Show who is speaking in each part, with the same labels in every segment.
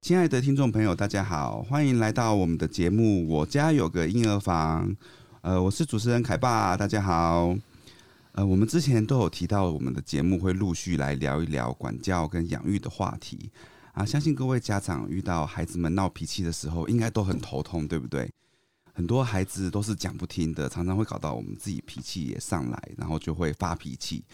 Speaker 1: 亲爱的听众朋友，大家好，欢迎来到我们的节目《我家有个婴儿房》。呃，我是主持人凯爸，大家好。呃，我们之前都有提到，我们的节目会陆续来聊一聊管教跟养育的话题啊。相信各位家长遇到孩子们闹脾气的时候，应该都很头痛，对不对？很多孩子都是讲不听的，常常会搞到我们自己脾气也上来，然后就会发脾气。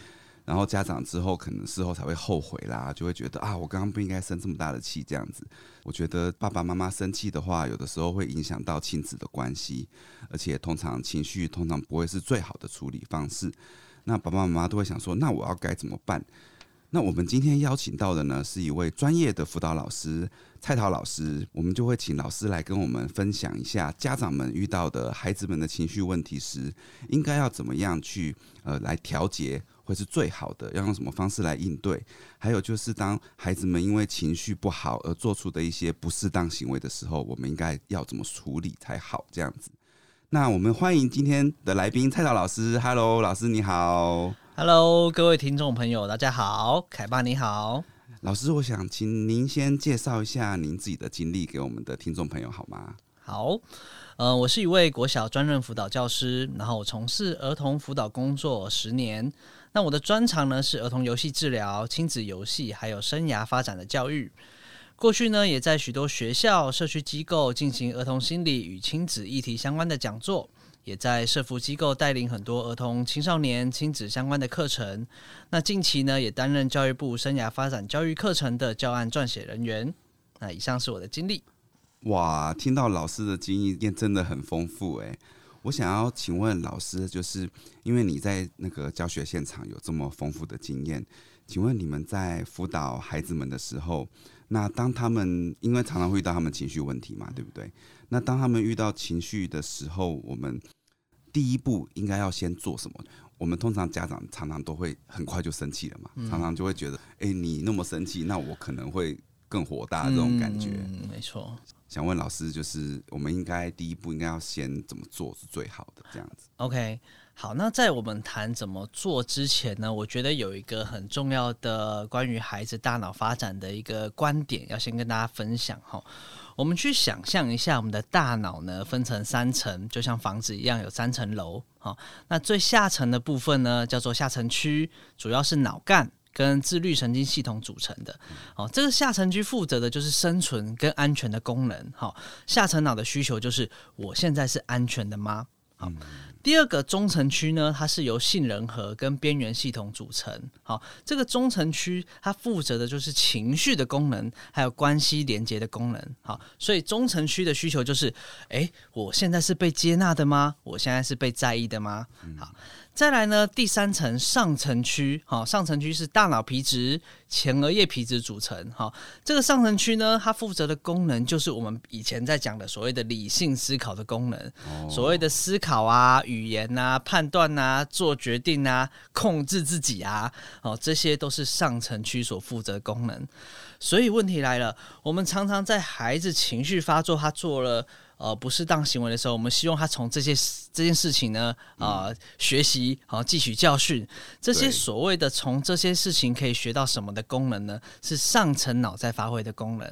Speaker 1: 然后家长之后可能事后才会后悔啦，就会觉得啊，我刚刚不应该生这么大的气这样子。我觉得爸爸妈妈生气的话，有的时候会影响到亲子的关系，而且通常情绪通常不会是最好的处理方式。那爸爸妈妈都会想说，那我要该怎么办？那我们今天邀请到的呢，是一位专业的辅导老师蔡桃老师，我们就会请老师来跟我们分享一下家长们遇到的孩子们的情绪问题时，应该要怎么样去呃来调节，会是最好的，要用什么方式来应对？还有就是当孩子们因为情绪不好而做出的一些不适当行为的时候，我们应该要怎么处理才好？这样子。那我们欢迎今天的来宾蔡桃老师，Hello，老师你好。
Speaker 2: Hello，各位听众朋友，大家好，凯爸你好。
Speaker 1: 老师，我想请您先介绍一下您自己的经历给我们的听众朋友好吗？
Speaker 2: 好，呃，我是一位国小专任辅导教师，然后我从事儿童辅导工作十年。那我的专长呢是儿童游戏治疗、亲子游戏，还有生涯发展的教育。过去呢，也在许多学校、社区机构进行儿童心理与亲子议题相关的讲座，也在社服机构带领很多儿童、青少年、亲子相关的课程。那近期呢，也担任教育部生涯发展教育课程的教案撰写人员。那以上是我的经历。
Speaker 1: 哇，听到老师的经验真的很丰富诶。我想要请问老师，就是因为你在那个教学现场有这么丰富的经验，请问你们在辅导孩子们的时候，那当他们因为常常会遇到他们情绪问题嘛，对不对？那当他们遇到情绪的时候，我们第一步应该要先做什么？我们通常家长常常都会很快就生气了嘛，常常就会觉得，哎、你那么生气，那我可能会更火大啊这种感觉。
Speaker 2: 嗯，没错。
Speaker 1: 想问老师，就是我们应该第一步应该要先怎么做是最好的？这样子，
Speaker 2: OK，好，那在我们谈怎么做之前呢，我觉得有一个很重要的关于孩子大脑发展的一个观点，要先跟大家分享哈。我们去想象一下，我们的大脑呢分成三层，就像房子一样有三层楼。好，那最下层的部分呢叫做下层区，主要是脑干。跟自律神经系统组成的，哦，这个下层区负责的就是生存跟安全的功能。好、下层脑的需求就是我现在是安全的吗？好，第二个中层区呢，它是由杏仁核跟边缘系统组成。好，这个中层区它负责的就是情绪的功能，还有关系连接的功能。好，所以中层区的需求就是，诶，我现在是被接纳的吗？我现在是被在意的吗？好，再来呢，第三层上层区，好、上层区是大脑皮质、前额叶皮质组成。好、这个上层区呢，它负责的功能就是我们以前在讲的所谓的理性思考的功能。所谓的思考啊、语言啊、判断啊、做决定啊、控制自己啊，哦，这些都是上层区所负责的功能。所以问题来了，我们常常在孩子情绪发作，他做了呃不适当行为的时候，我们希望他从这些这件事情呢，啊、学习，好、汲取教训。这些
Speaker 1: 对
Speaker 2: 所谓的从这些事情可以学到什么的功能呢，是上层脑在发挥的功能。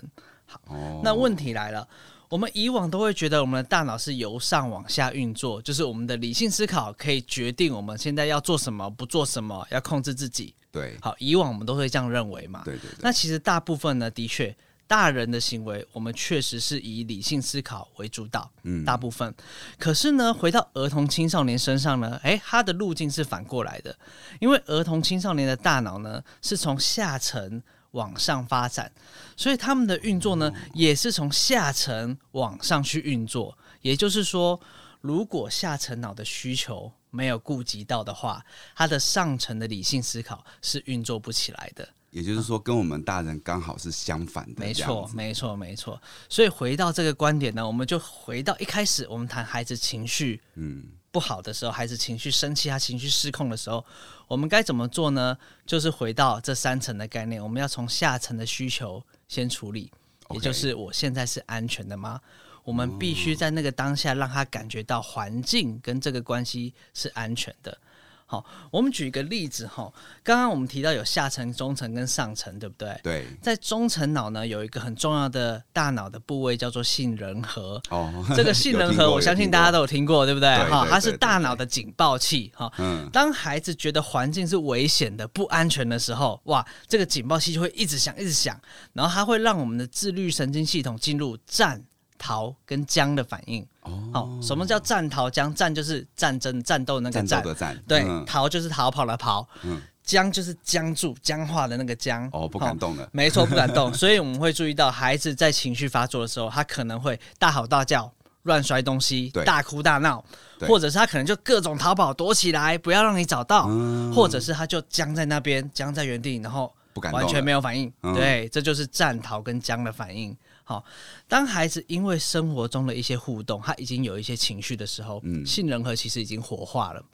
Speaker 1: 哦
Speaker 2: 那问题来了，我们以往都会觉得我们的大脑是由上往下运作，就是我们的理性思考可以决定我们现在要做什么、不做什么，要控制自己。
Speaker 1: 对
Speaker 2: 好，以往我们都会这样认为嘛。
Speaker 1: 对对对，
Speaker 2: 那其实大部分呢，的确，大人的行为我们确实是以理性思考为主导，
Speaker 1: 嗯
Speaker 2: 大部分。可是呢，回到儿童青少年身上呢，诶，他的路径是反过来的，因为儿童青少年的大脑呢是从下层。往上发展，所以他们的运作呢，也是从下层往上去运作。也就是说，如果下层脑的需求没有顾及到的话，他的上层的理性思考是运作不起来的。
Speaker 1: 也就是说跟我们大人刚好是相反的，
Speaker 2: 没错，，没错，没错。所以回到这个观点呢，我们就回到一开始我们谈孩子情绪
Speaker 1: 嗯，
Speaker 2: 不好的时候，孩子情绪生气，他情绪失控的时候，我们该怎么做呢？就是回到这三层的概念，我们要从下层的需求先处理，也
Speaker 1: OK
Speaker 2: 就是我现在是安全的吗？我们必须在那个当下让他感觉到环境跟这个关系是安全的。好，我们举一个例子哈，刚刚我们提到有下层、中层跟上层，对不对？
Speaker 1: 对，
Speaker 2: 在中层脑呢，有一个很重要的大脑的部位叫做杏仁核。
Speaker 1: 哦，
Speaker 2: 这个杏仁
Speaker 1: 有听
Speaker 2: 核，
Speaker 1: 过
Speaker 2: 我相信大家都，
Speaker 1: 有
Speaker 2: 有听过，对不对？
Speaker 1: 对
Speaker 2: 哈，
Speaker 1: 对
Speaker 2: 它
Speaker 1: 对
Speaker 2: 是
Speaker 1: 对
Speaker 2: 大脑的警报器哈。
Speaker 1: 听过嗯，
Speaker 2: 当孩子觉得环境是危险的、不安全的时候，哇，这个警报器就会一直响、一直响，然后它会让我们的自律神经系统进入战、逃跟僵的反应。好、
Speaker 1: 哦，
Speaker 2: 什么叫战、逃、僵？战就是战争、战斗那个
Speaker 1: 战
Speaker 2: 战
Speaker 1: 斗，的战，
Speaker 2: 对；
Speaker 1: 嗯
Speaker 2: 逃就是逃跑的逃，
Speaker 1: 嗯
Speaker 2: 僵就是僵住、僵化的那个僵。
Speaker 1: 哦，不
Speaker 2: 好
Speaker 1: 敢动了，
Speaker 2: 没错，不敢动。 所以我们会注意到，孩子在情绪发作的时候，他可能会大吼大叫、乱摔东西
Speaker 1: 对、
Speaker 2: 大哭大闹，
Speaker 1: 对
Speaker 2: 或者是他可能就各种逃跑、躲起来，不要让你找到，
Speaker 1: 嗯
Speaker 2: 或者是他就僵在那边、僵在原地，然后
Speaker 1: 不敢动了，
Speaker 2: 完全没有反应。
Speaker 1: 嗯
Speaker 2: 对，这就是战逃跟僵的反应。好，当孩子因为生活中的一些互动，他已经有一些情绪的时候，
Speaker 1: 嗯
Speaker 2: 杏仁核其实已经活化了。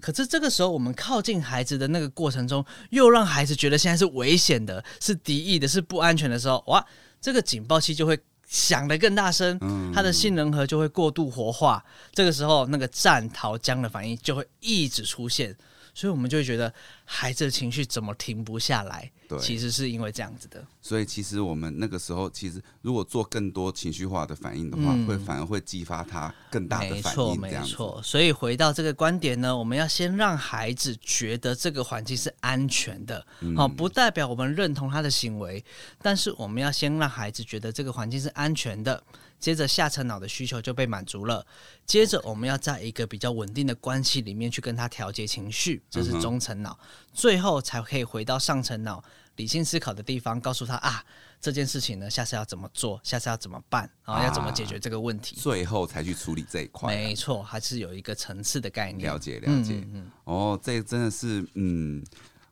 Speaker 2: 可是这个时候，我们靠近孩子的那个过程中，又让孩子觉得现在是危险的、是敌意的、是不安全的时候，哇，这个警报器就会。响得更大声，
Speaker 1: 嗯
Speaker 2: 他的杏仁核就会过度活化。这个时候，那个战逃僵的反应就会一直出现，所以我们就会觉得孩子的情绪怎么停不下来？
Speaker 1: 对
Speaker 2: 其实是因为这样子的。
Speaker 1: 所以其实我们那个时候，其实如果做更多情绪化的反应的话，
Speaker 2: 嗯
Speaker 1: 会反而会激发他更大的
Speaker 2: 没
Speaker 1: 反
Speaker 2: 错，
Speaker 1: 应，
Speaker 2: 没
Speaker 1: 这样子。
Speaker 2: 错。所以回到这个观点呢，我们要先让孩子觉得这个环境是安全的，好、
Speaker 1: 嗯
Speaker 2: 不代表我们认同他的行为，但是我们要先让孩子觉得这个环境是安全的。接着下层脑的需求就被满足了，接着我们要在一个比较稳定的关系里面去跟他调节情绪，这
Speaker 1: 嗯
Speaker 2: 是中层脑，最后才可以回到上层脑理性思考的地方，告诉他啊这件事情呢，下次要怎么做，下次要怎么办，然后要怎么
Speaker 1: 啊
Speaker 2: 解决这个问题。
Speaker 1: 最后才去处理这一块啊，
Speaker 2: 没错，还是有一个层次的概念。
Speaker 1: 了解了解。
Speaker 2: 嗯嗯嗯
Speaker 1: 哦，这真的是，嗯，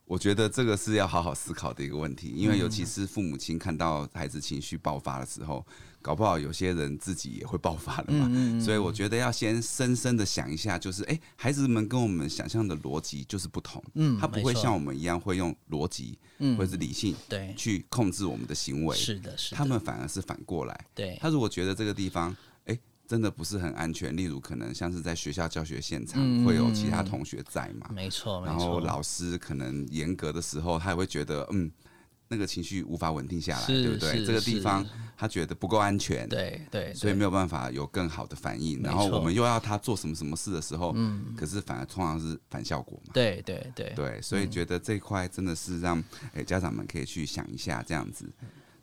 Speaker 1: 我觉得这个是要好好思考的一个问题，
Speaker 2: 嗯
Speaker 1: 因为尤其是父母亲看到孩子情绪爆发的时候，搞不好有些人自己也会爆发的嘛。
Speaker 2: 嗯
Speaker 1: 所以我觉得要先深深的想一下，就是哎、诶孩子们跟我们想象的逻辑就是不同，
Speaker 2: 嗯
Speaker 1: 他不
Speaker 2: 没
Speaker 1: 会
Speaker 2: 错
Speaker 1: 像我们一样会用逻辑或者是理性
Speaker 2: 对，
Speaker 1: 去控制我们的行为，
Speaker 2: 是的，是的，
Speaker 1: 他们反而是反过来。
Speaker 2: 对，
Speaker 1: 他如果觉得这个地方，哎、真的不是很安全，例如可能像是在学校教学现场、
Speaker 2: 嗯
Speaker 1: 会有其他同学在嘛，
Speaker 2: 没错，没
Speaker 1: 然后
Speaker 2: 错，
Speaker 1: 老师可能严格的时候，他也会觉得，嗯，那个情绪无法稳定下来，
Speaker 2: 是
Speaker 1: 对不对？
Speaker 2: 是
Speaker 1: 这个地
Speaker 2: 是
Speaker 1: 方他觉得不够安全，
Speaker 2: 对对，
Speaker 1: 所以
Speaker 2: 对
Speaker 1: 没有办法有更好的反应。
Speaker 2: 没
Speaker 1: 然后
Speaker 2: 错嗯
Speaker 1: 我们又要他做什么什么事的时候，可是反而通常是反效果嘛。
Speaker 2: 对对对，
Speaker 1: 对，所以觉得这一块真的是让诶、家长们可以去想一下这样子。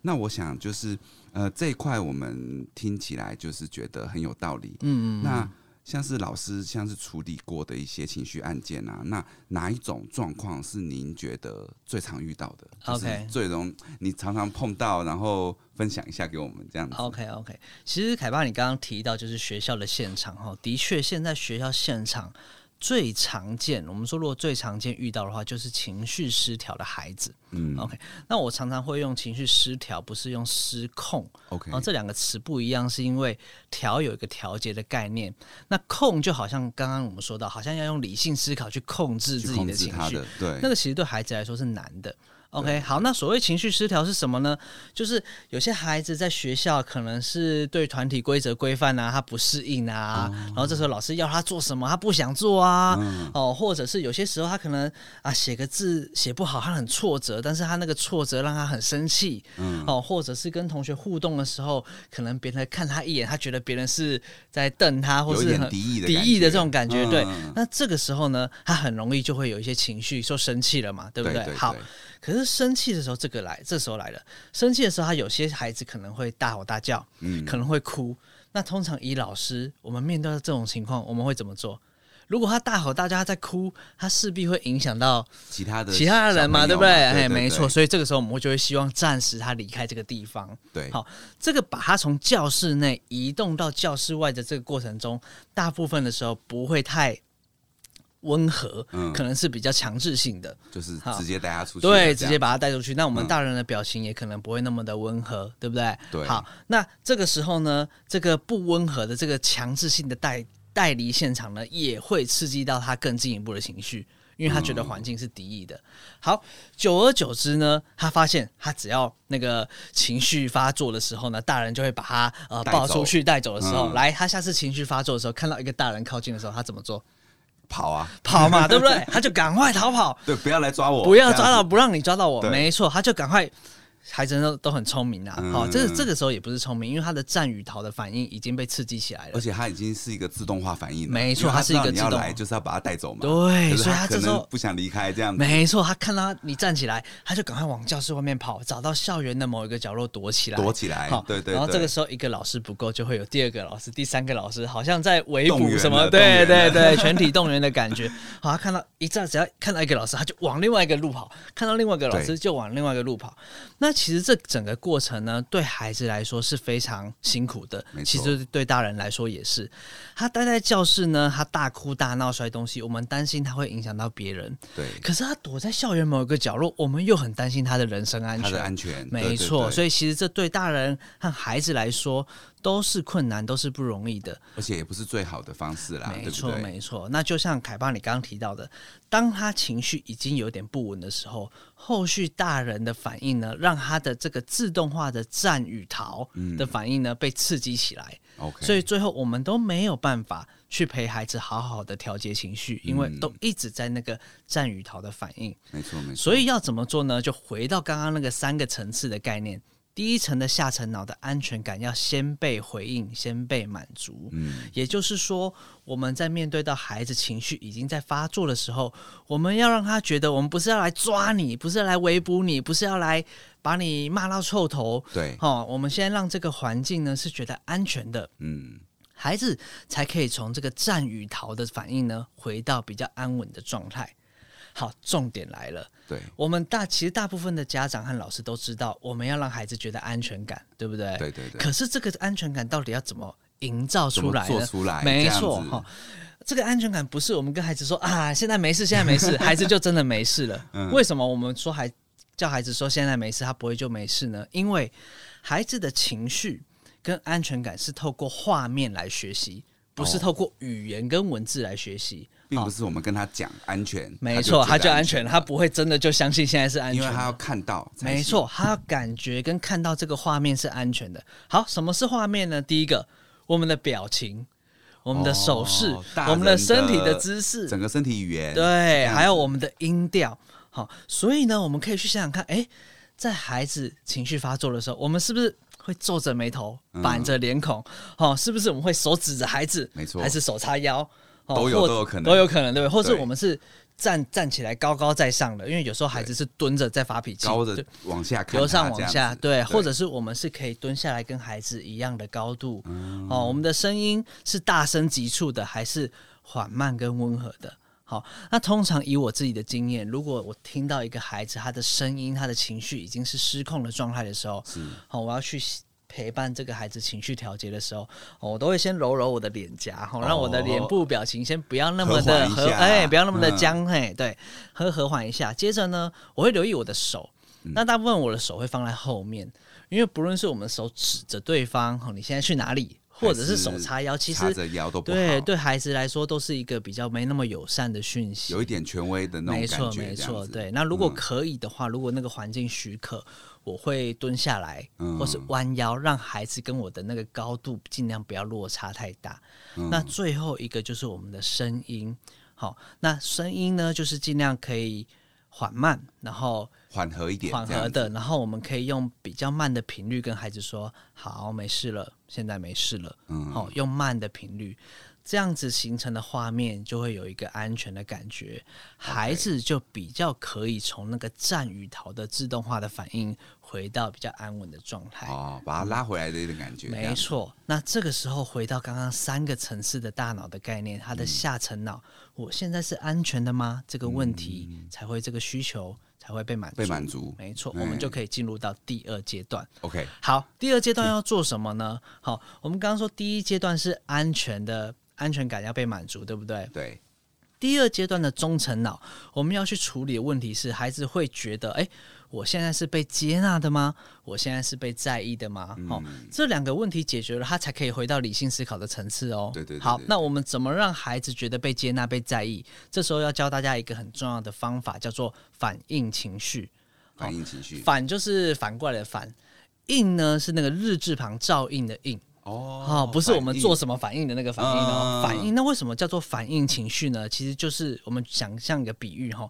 Speaker 1: 那我想就是呃这一块我们听起来就是觉得很有道理。
Speaker 2: 嗯嗯，
Speaker 1: 那像是老师像是处理过的一些情绪案件啊，那哪一种状况是您觉得最常遇到的
Speaker 2: OK
Speaker 1: 就是最容你常常碰到，然后分享一下给我们这样子。
Speaker 2: OK OK，其实凯爸，你刚刚提到就是学校的现场哈，的确现在学校现场最常见，我们说如果最常见遇到的话，就是情绪失调的孩子。
Speaker 1: 嗯
Speaker 2: OK，那我常常会用情绪失调，不是用失控。
Speaker 1: ，OK，
Speaker 2: 然后哦这两个词不一样，是因为调有一个调节的概念，那控就好像刚刚我们说到，好像要用理性思考去控制
Speaker 1: 去
Speaker 2: 自己
Speaker 1: 控
Speaker 2: 的
Speaker 1: 制
Speaker 2: 情
Speaker 1: 他
Speaker 2: 绪，
Speaker 1: 的，对，
Speaker 2: 那个其实对孩子来说是难的。OK，好，那所谓情绪失调是什么呢？就是有些孩子在学校可能是对团体规则规范啊，他不适应啊，
Speaker 1: 哦
Speaker 2: 然后这时候老师要他做什么，他不想做啊，
Speaker 1: 嗯
Speaker 2: 哦，或者是有些时候他可能啊写个字写不好，他很挫折，但是他那个挫折让他很生气，
Speaker 1: 嗯
Speaker 2: 哦，或者是跟同学互动的时候，可能别人看他一眼，他觉得别人是在瞪他，或
Speaker 1: 有一
Speaker 2: 是
Speaker 1: 点
Speaker 2: 很
Speaker 1: 敌意的
Speaker 2: 敌意的这种
Speaker 1: 感
Speaker 2: 感觉，
Speaker 1: 嗯
Speaker 2: 对
Speaker 1: 嗯嗯。
Speaker 2: 那这个时候呢，他很容易就会有一些情绪，说生气了嘛，对
Speaker 1: 觉
Speaker 2: 不
Speaker 1: 对
Speaker 2: 好，，可是生气的时候，这个来，这时候来了。生气的时候，他有些孩子可能会大吼大叫，
Speaker 1: 嗯
Speaker 2: 可能会哭。那通常以老师，我们面对到这种情况，我们会怎么做？如果他大吼大叫，他在哭，他势必会影响到
Speaker 1: 其他的
Speaker 2: 其他的人嘛，
Speaker 1: 呃小朋友
Speaker 2: 对不对？哎，没
Speaker 1: 对
Speaker 2: 错，所以这个时候我们会就会希望暂时他离开这个地方。
Speaker 1: 对，
Speaker 2: 好，这个把他从教室内移动到教室外的这个过程中，大部分的时候不会太温和，
Speaker 1: 嗯
Speaker 2: 可能是比较强制性的。
Speaker 1: 就是
Speaker 2: 好
Speaker 1: 直接带他出去，啊
Speaker 2: 对，
Speaker 1: 这
Speaker 2: 直
Speaker 1: 样
Speaker 2: 接把他带出去。那我们
Speaker 1: 嗯
Speaker 2: 大人的表情也可能不会那么的温和，对不对？
Speaker 1: 对
Speaker 2: 好，那这个时候呢，这个不温和的这个强制性的带带离现场呢，也会刺激到他更进一步的情绪，因为他
Speaker 1: 嗯
Speaker 2: 觉得环境是敌意的。好，久而久之呢，他发现他只要那个情绪发作的时候呢，大人就会把他呃
Speaker 1: 带走
Speaker 2: 抱出去带走的时候，
Speaker 1: 嗯
Speaker 2: 来，他下次情绪发作的时候，看到一个大人靠近的时候，他怎么做？
Speaker 1: 跑啊，
Speaker 2: 跑嘛，对不对？他就赶快逃跑，
Speaker 1: 对，不要来抓我，
Speaker 2: 不要
Speaker 1: 这样
Speaker 2: 抓到，
Speaker 1: 子，
Speaker 2: 不让你抓到我，
Speaker 1: 对
Speaker 2: 没错，他就赶快。孩子都都很聪明啦，
Speaker 1: 嗯
Speaker 2: 好、这这个时候也不是聪明，因为他的战与逃的反应已经被刺激起来了
Speaker 1: 而。且它已经是一个自动化反应了，
Speaker 2: 没错
Speaker 1: 因为它
Speaker 2: 它是一
Speaker 1: 知道
Speaker 2: 个
Speaker 1: 你
Speaker 2: 自
Speaker 1: 要
Speaker 2: 动
Speaker 1: 来就是要把它带走嘛，
Speaker 2: 对
Speaker 1: 可是
Speaker 2: 所以
Speaker 1: 它
Speaker 2: 它这
Speaker 1: 可
Speaker 2: 时
Speaker 1: 能
Speaker 2: 候
Speaker 1: 不想离开这样子，
Speaker 2: 没错，他看到你站起来，他就赶快往教室外面跑，找到校园的某一个角落躲起来。
Speaker 1: 躲起来
Speaker 2: 好，，
Speaker 1: 对对对，
Speaker 2: 然后这个时候一个老师不够，就会有第二个老师、第三个老师，好像在围
Speaker 1: 动员
Speaker 2: 捕什么，
Speaker 1: 了动员
Speaker 2: 对对
Speaker 1: 了
Speaker 2: 对，全体动员的感觉。好，他看到一站，只要看到一个老师，他就往另外一个路跑；看到另外一个老
Speaker 1: 对
Speaker 2: 师，就往另外一个路跑。那其实这整个过程呢，对孩子来说是非常辛苦的
Speaker 1: 没，
Speaker 2: 其
Speaker 1: 错
Speaker 2: 实对大人来说也是。他待在教室呢，他大哭大闹摔东西，我们担心他会影响到别人。
Speaker 1: 对
Speaker 2: 可是他躲在校园某一个角落，我们又很担心他的人身安全。
Speaker 1: 它的安全，
Speaker 2: 没错，所
Speaker 1: 以
Speaker 2: 以其实这对大人和孩子来说都是困难，都是不容易的。
Speaker 1: 而且也不是最好的方式啦，
Speaker 2: 没
Speaker 1: 啊对不
Speaker 2: 错，
Speaker 1: 对？
Speaker 2: 没错。那就像凯巴你刚刚提到的，当他情绪已经有点不稳的时候，后续大人的反应呢，让他的这个自动化的战与逃的反应呢、被刺激起来，
Speaker 1: 嗯 OK，
Speaker 2: 所以最后我们都没有办法去陪孩子好好的调节情绪，因为
Speaker 1: 嗯
Speaker 2: 都一直在那个战与逃的反应。
Speaker 1: 没错没错，
Speaker 2: 所以要怎么做呢？就回到刚刚那个三个层次的概念。第一层的下层脑的安全感要先被回应，先被满足。
Speaker 1: 嗯，
Speaker 2: 也就是说，我们在面对到孩子情绪已经在发作的时候，我们要让他觉得，我们不是要来抓你，不是要来围捕你，不是要来把你骂到臭头。
Speaker 1: 对，
Speaker 2: 哦，我们先让这个环境呢是觉得安全的，
Speaker 1: 嗯，
Speaker 2: 孩子才可以从这个战与逃的反应呢，回到比较安稳的状态。好，重点来了。
Speaker 1: 对
Speaker 2: 我们大其实大部分的家长和老师都知道，我们要让孩子觉得安全感，对不对？
Speaker 1: 对对对，
Speaker 2: 可是这个安全感到底要怎么营造
Speaker 1: 怎
Speaker 2: 出
Speaker 1: 么
Speaker 2: 来
Speaker 1: 做
Speaker 2: 呢？
Speaker 1: 出来？
Speaker 2: 没
Speaker 1: 这样
Speaker 2: 错
Speaker 1: 子
Speaker 2: 哈、这个安全感不是我们跟孩子说啊，现在没事，现在没事，孩子就真的没事了。
Speaker 1: 嗯
Speaker 2: 为什么我们说孩叫孩子说现在没事，他不会就没事呢？因为孩子的情绪跟安全感是透过画面来学习，不是
Speaker 1: 哦
Speaker 2: 透过语言跟文字来学习。
Speaker 1: 并不是我们跟他讲安全，
Speaker 2: 没错，
Speaker 1: 他
Speaker 2: 他
Speaker 1: 就觉
Speaker 2: 就
Speaker 1: 得
Speaker 2: 安全了，他不会真的就相信现在是安
Speaker 1: 因为
Speaker 2: 全的，
Speaker 1: 他要看到，
Speaker 2: 没，错，他要感觉跟看到这个画面是安全的。好，什么是画面呢？第一个，我们的表情、我们的手势、
Speaker 1: 哦大
Speaker 2: 我们的
Speaker 1: 人
Speaker 2: 身体
Speaker 1: 的
Speaker 2: 的姿势，
Speaker 1: 整个身体语言，
Speaker 2: 对，
Speaker 1: 样
Speaker 2: 还有我们的音调。好，所以呢，我们可以去想想看，诶，在孩子情绪发作的时候，我们是不是会皱着眉头、板着脸孔？哦，是不是我们会手指着孩子？
Speaker 1: 没错
Speaker 2: 还是手叉腰？哦
Speaker 1: 都有
Speaker 2: 或
Speaker 1: 都有可能
Speaker 2: 都有可能，对不对？或是
Speaker 1: 对
Speaker 2: 我们是站站起来高高在上的，因为有时候孩子是蹲着在发脾气，
Speaker 1: 高
Speaker 2: 对
Speaker 1: 的往下看他，
Speaker 2: 由上
Speaker 1: 这
Speaker 2: 往
Speaker 1: 样
Speaker 2: 下，
Speaker 1: 子
Speaker 2: 对，或者是我们是可以蹲下来跟孩子一样的高度，
Speaker 1: 嗯
Speaker 2: 哦，我们的声音是大声急促的，还是缓慢跟温和的？好，那通常以我自己的经验，如果我听到一个孩子他的声音、他的情绪已经是失控的状态的时候，好、我要去陪伴这个孩子情绪调节的时候、哦我都会先揉揉我的脸颊，好、让我的脸
Speaker 1: 哦
Speaker 2: 部表情先不要那么
Speaker 1: 和
Speaker 2: 的
Speaker 1: 缓一
Speaker 2: 和
Speaker 1: 下
Speaker 2: 哎、不要那么的
Speaker 1: 嗯
Speaker 2: 僵，嘿、对，和和缓一下。接着呢，我会留意我的手，
Speaker 1: 嗯
Speaker 2: 那大部分我的手会放在后面，因为不论是我们手指着对方，哦，你现在去哪里，或者是手叉腰，其
Speaker 1: 插
Speaker 2: 实
Speaker 1: 着腰都不好，
Speaker 2: 对对孩子来说都是一个比较没那么友善的讯息。
Speaker 1: 有一点权威的那
Speaker 2: 没
Speaker 1: 种
Speaker 2: 错
Speaker 1: 感，觉，
Speaker 2: 没
Speaker 1: 这样
Speaker 2: 错，
Speaker 1: 子，嗯
Speaker 2: 对。那如果可以的话，如果那个环境许可，我会蹲下来，
Speaker 1: 嗯
Speaker 2: 或是弯腰，让孩子跟我的那个高度尽量不要落差太大。
Speaker 1: 嗯
Speaker 2: 那最后一个就是我们的声音，好，那声音呢，就是尽量可以缓慢，然后
Speaker 1: 缓和一点，
Speaker 2: 缓
Speaker 1: 这样
Speaker 2: 和
Speaker 1: 子
Speaker 2: 的，然后我们可以用比较慢的频率跟孩子说：“好，没事了，现在没事了。”
Speaker 1: 嗯
Speaker 2: 好，用慢的频率，这样子形成的画面就会有一个安全的感觉，孩子就比较可以从那个战与逃的自动化的反应回到比较安稳的状态。
Speaker 1: 哦，把它拉回来的一种感觉，这
Speaker 2: 哎没
Speaker 1: 样
Speaker 2: 错，那这个时候回到刚刚三个层次的大脑的概念，它的下层脑，我现在是安全的吗？这个问题、
Speaker 1: 嗯
Speaker 2: 才会这个需求才会被满足。
Speaker 1: 被满足
Speaker 2: 没错，
Speaker 1: 哎
Speaker 2: 我们就可以进入到第二阶段。
Speaker 1: ，OK，
Speaker 2: 好，第二阶段要做什么呢？好，我们刚刚说第一阶段是安全的安全感要被满足，对不对？
Speaker 1: 对，
Speaker 2: 第二阶段的中层脑，我们要去处理的问题是，孩子会觉得，哎、我现在是被接纳的吗？我现在是被在意的吗？
Speaker 1: 嗯
Speaker 2: 哦，这两个问题解决了，他才可以回到理性思考的层次哦。
Speaker 1: 对对对
Speaker 2: 好
Speaker 1: 对，
Speaker 2: 那我们怎么让孩子觉得被接纳、被在意？这时候要教大家一个很重要的方法，叫做反应情绪。
Speaker 1: 反应情绪，
Speaker 2: 反就是反过来的反，印呢是那个日字旁照应的应。
Speaker 1: 哦
Speaker 2: 哦，不是我们做什么反应的那个反应
Speaker 1: 嗯
Speaker 2: 哦，反应。那为什么叫做反应情绪呢？其实就是我们想象一个比喻哈，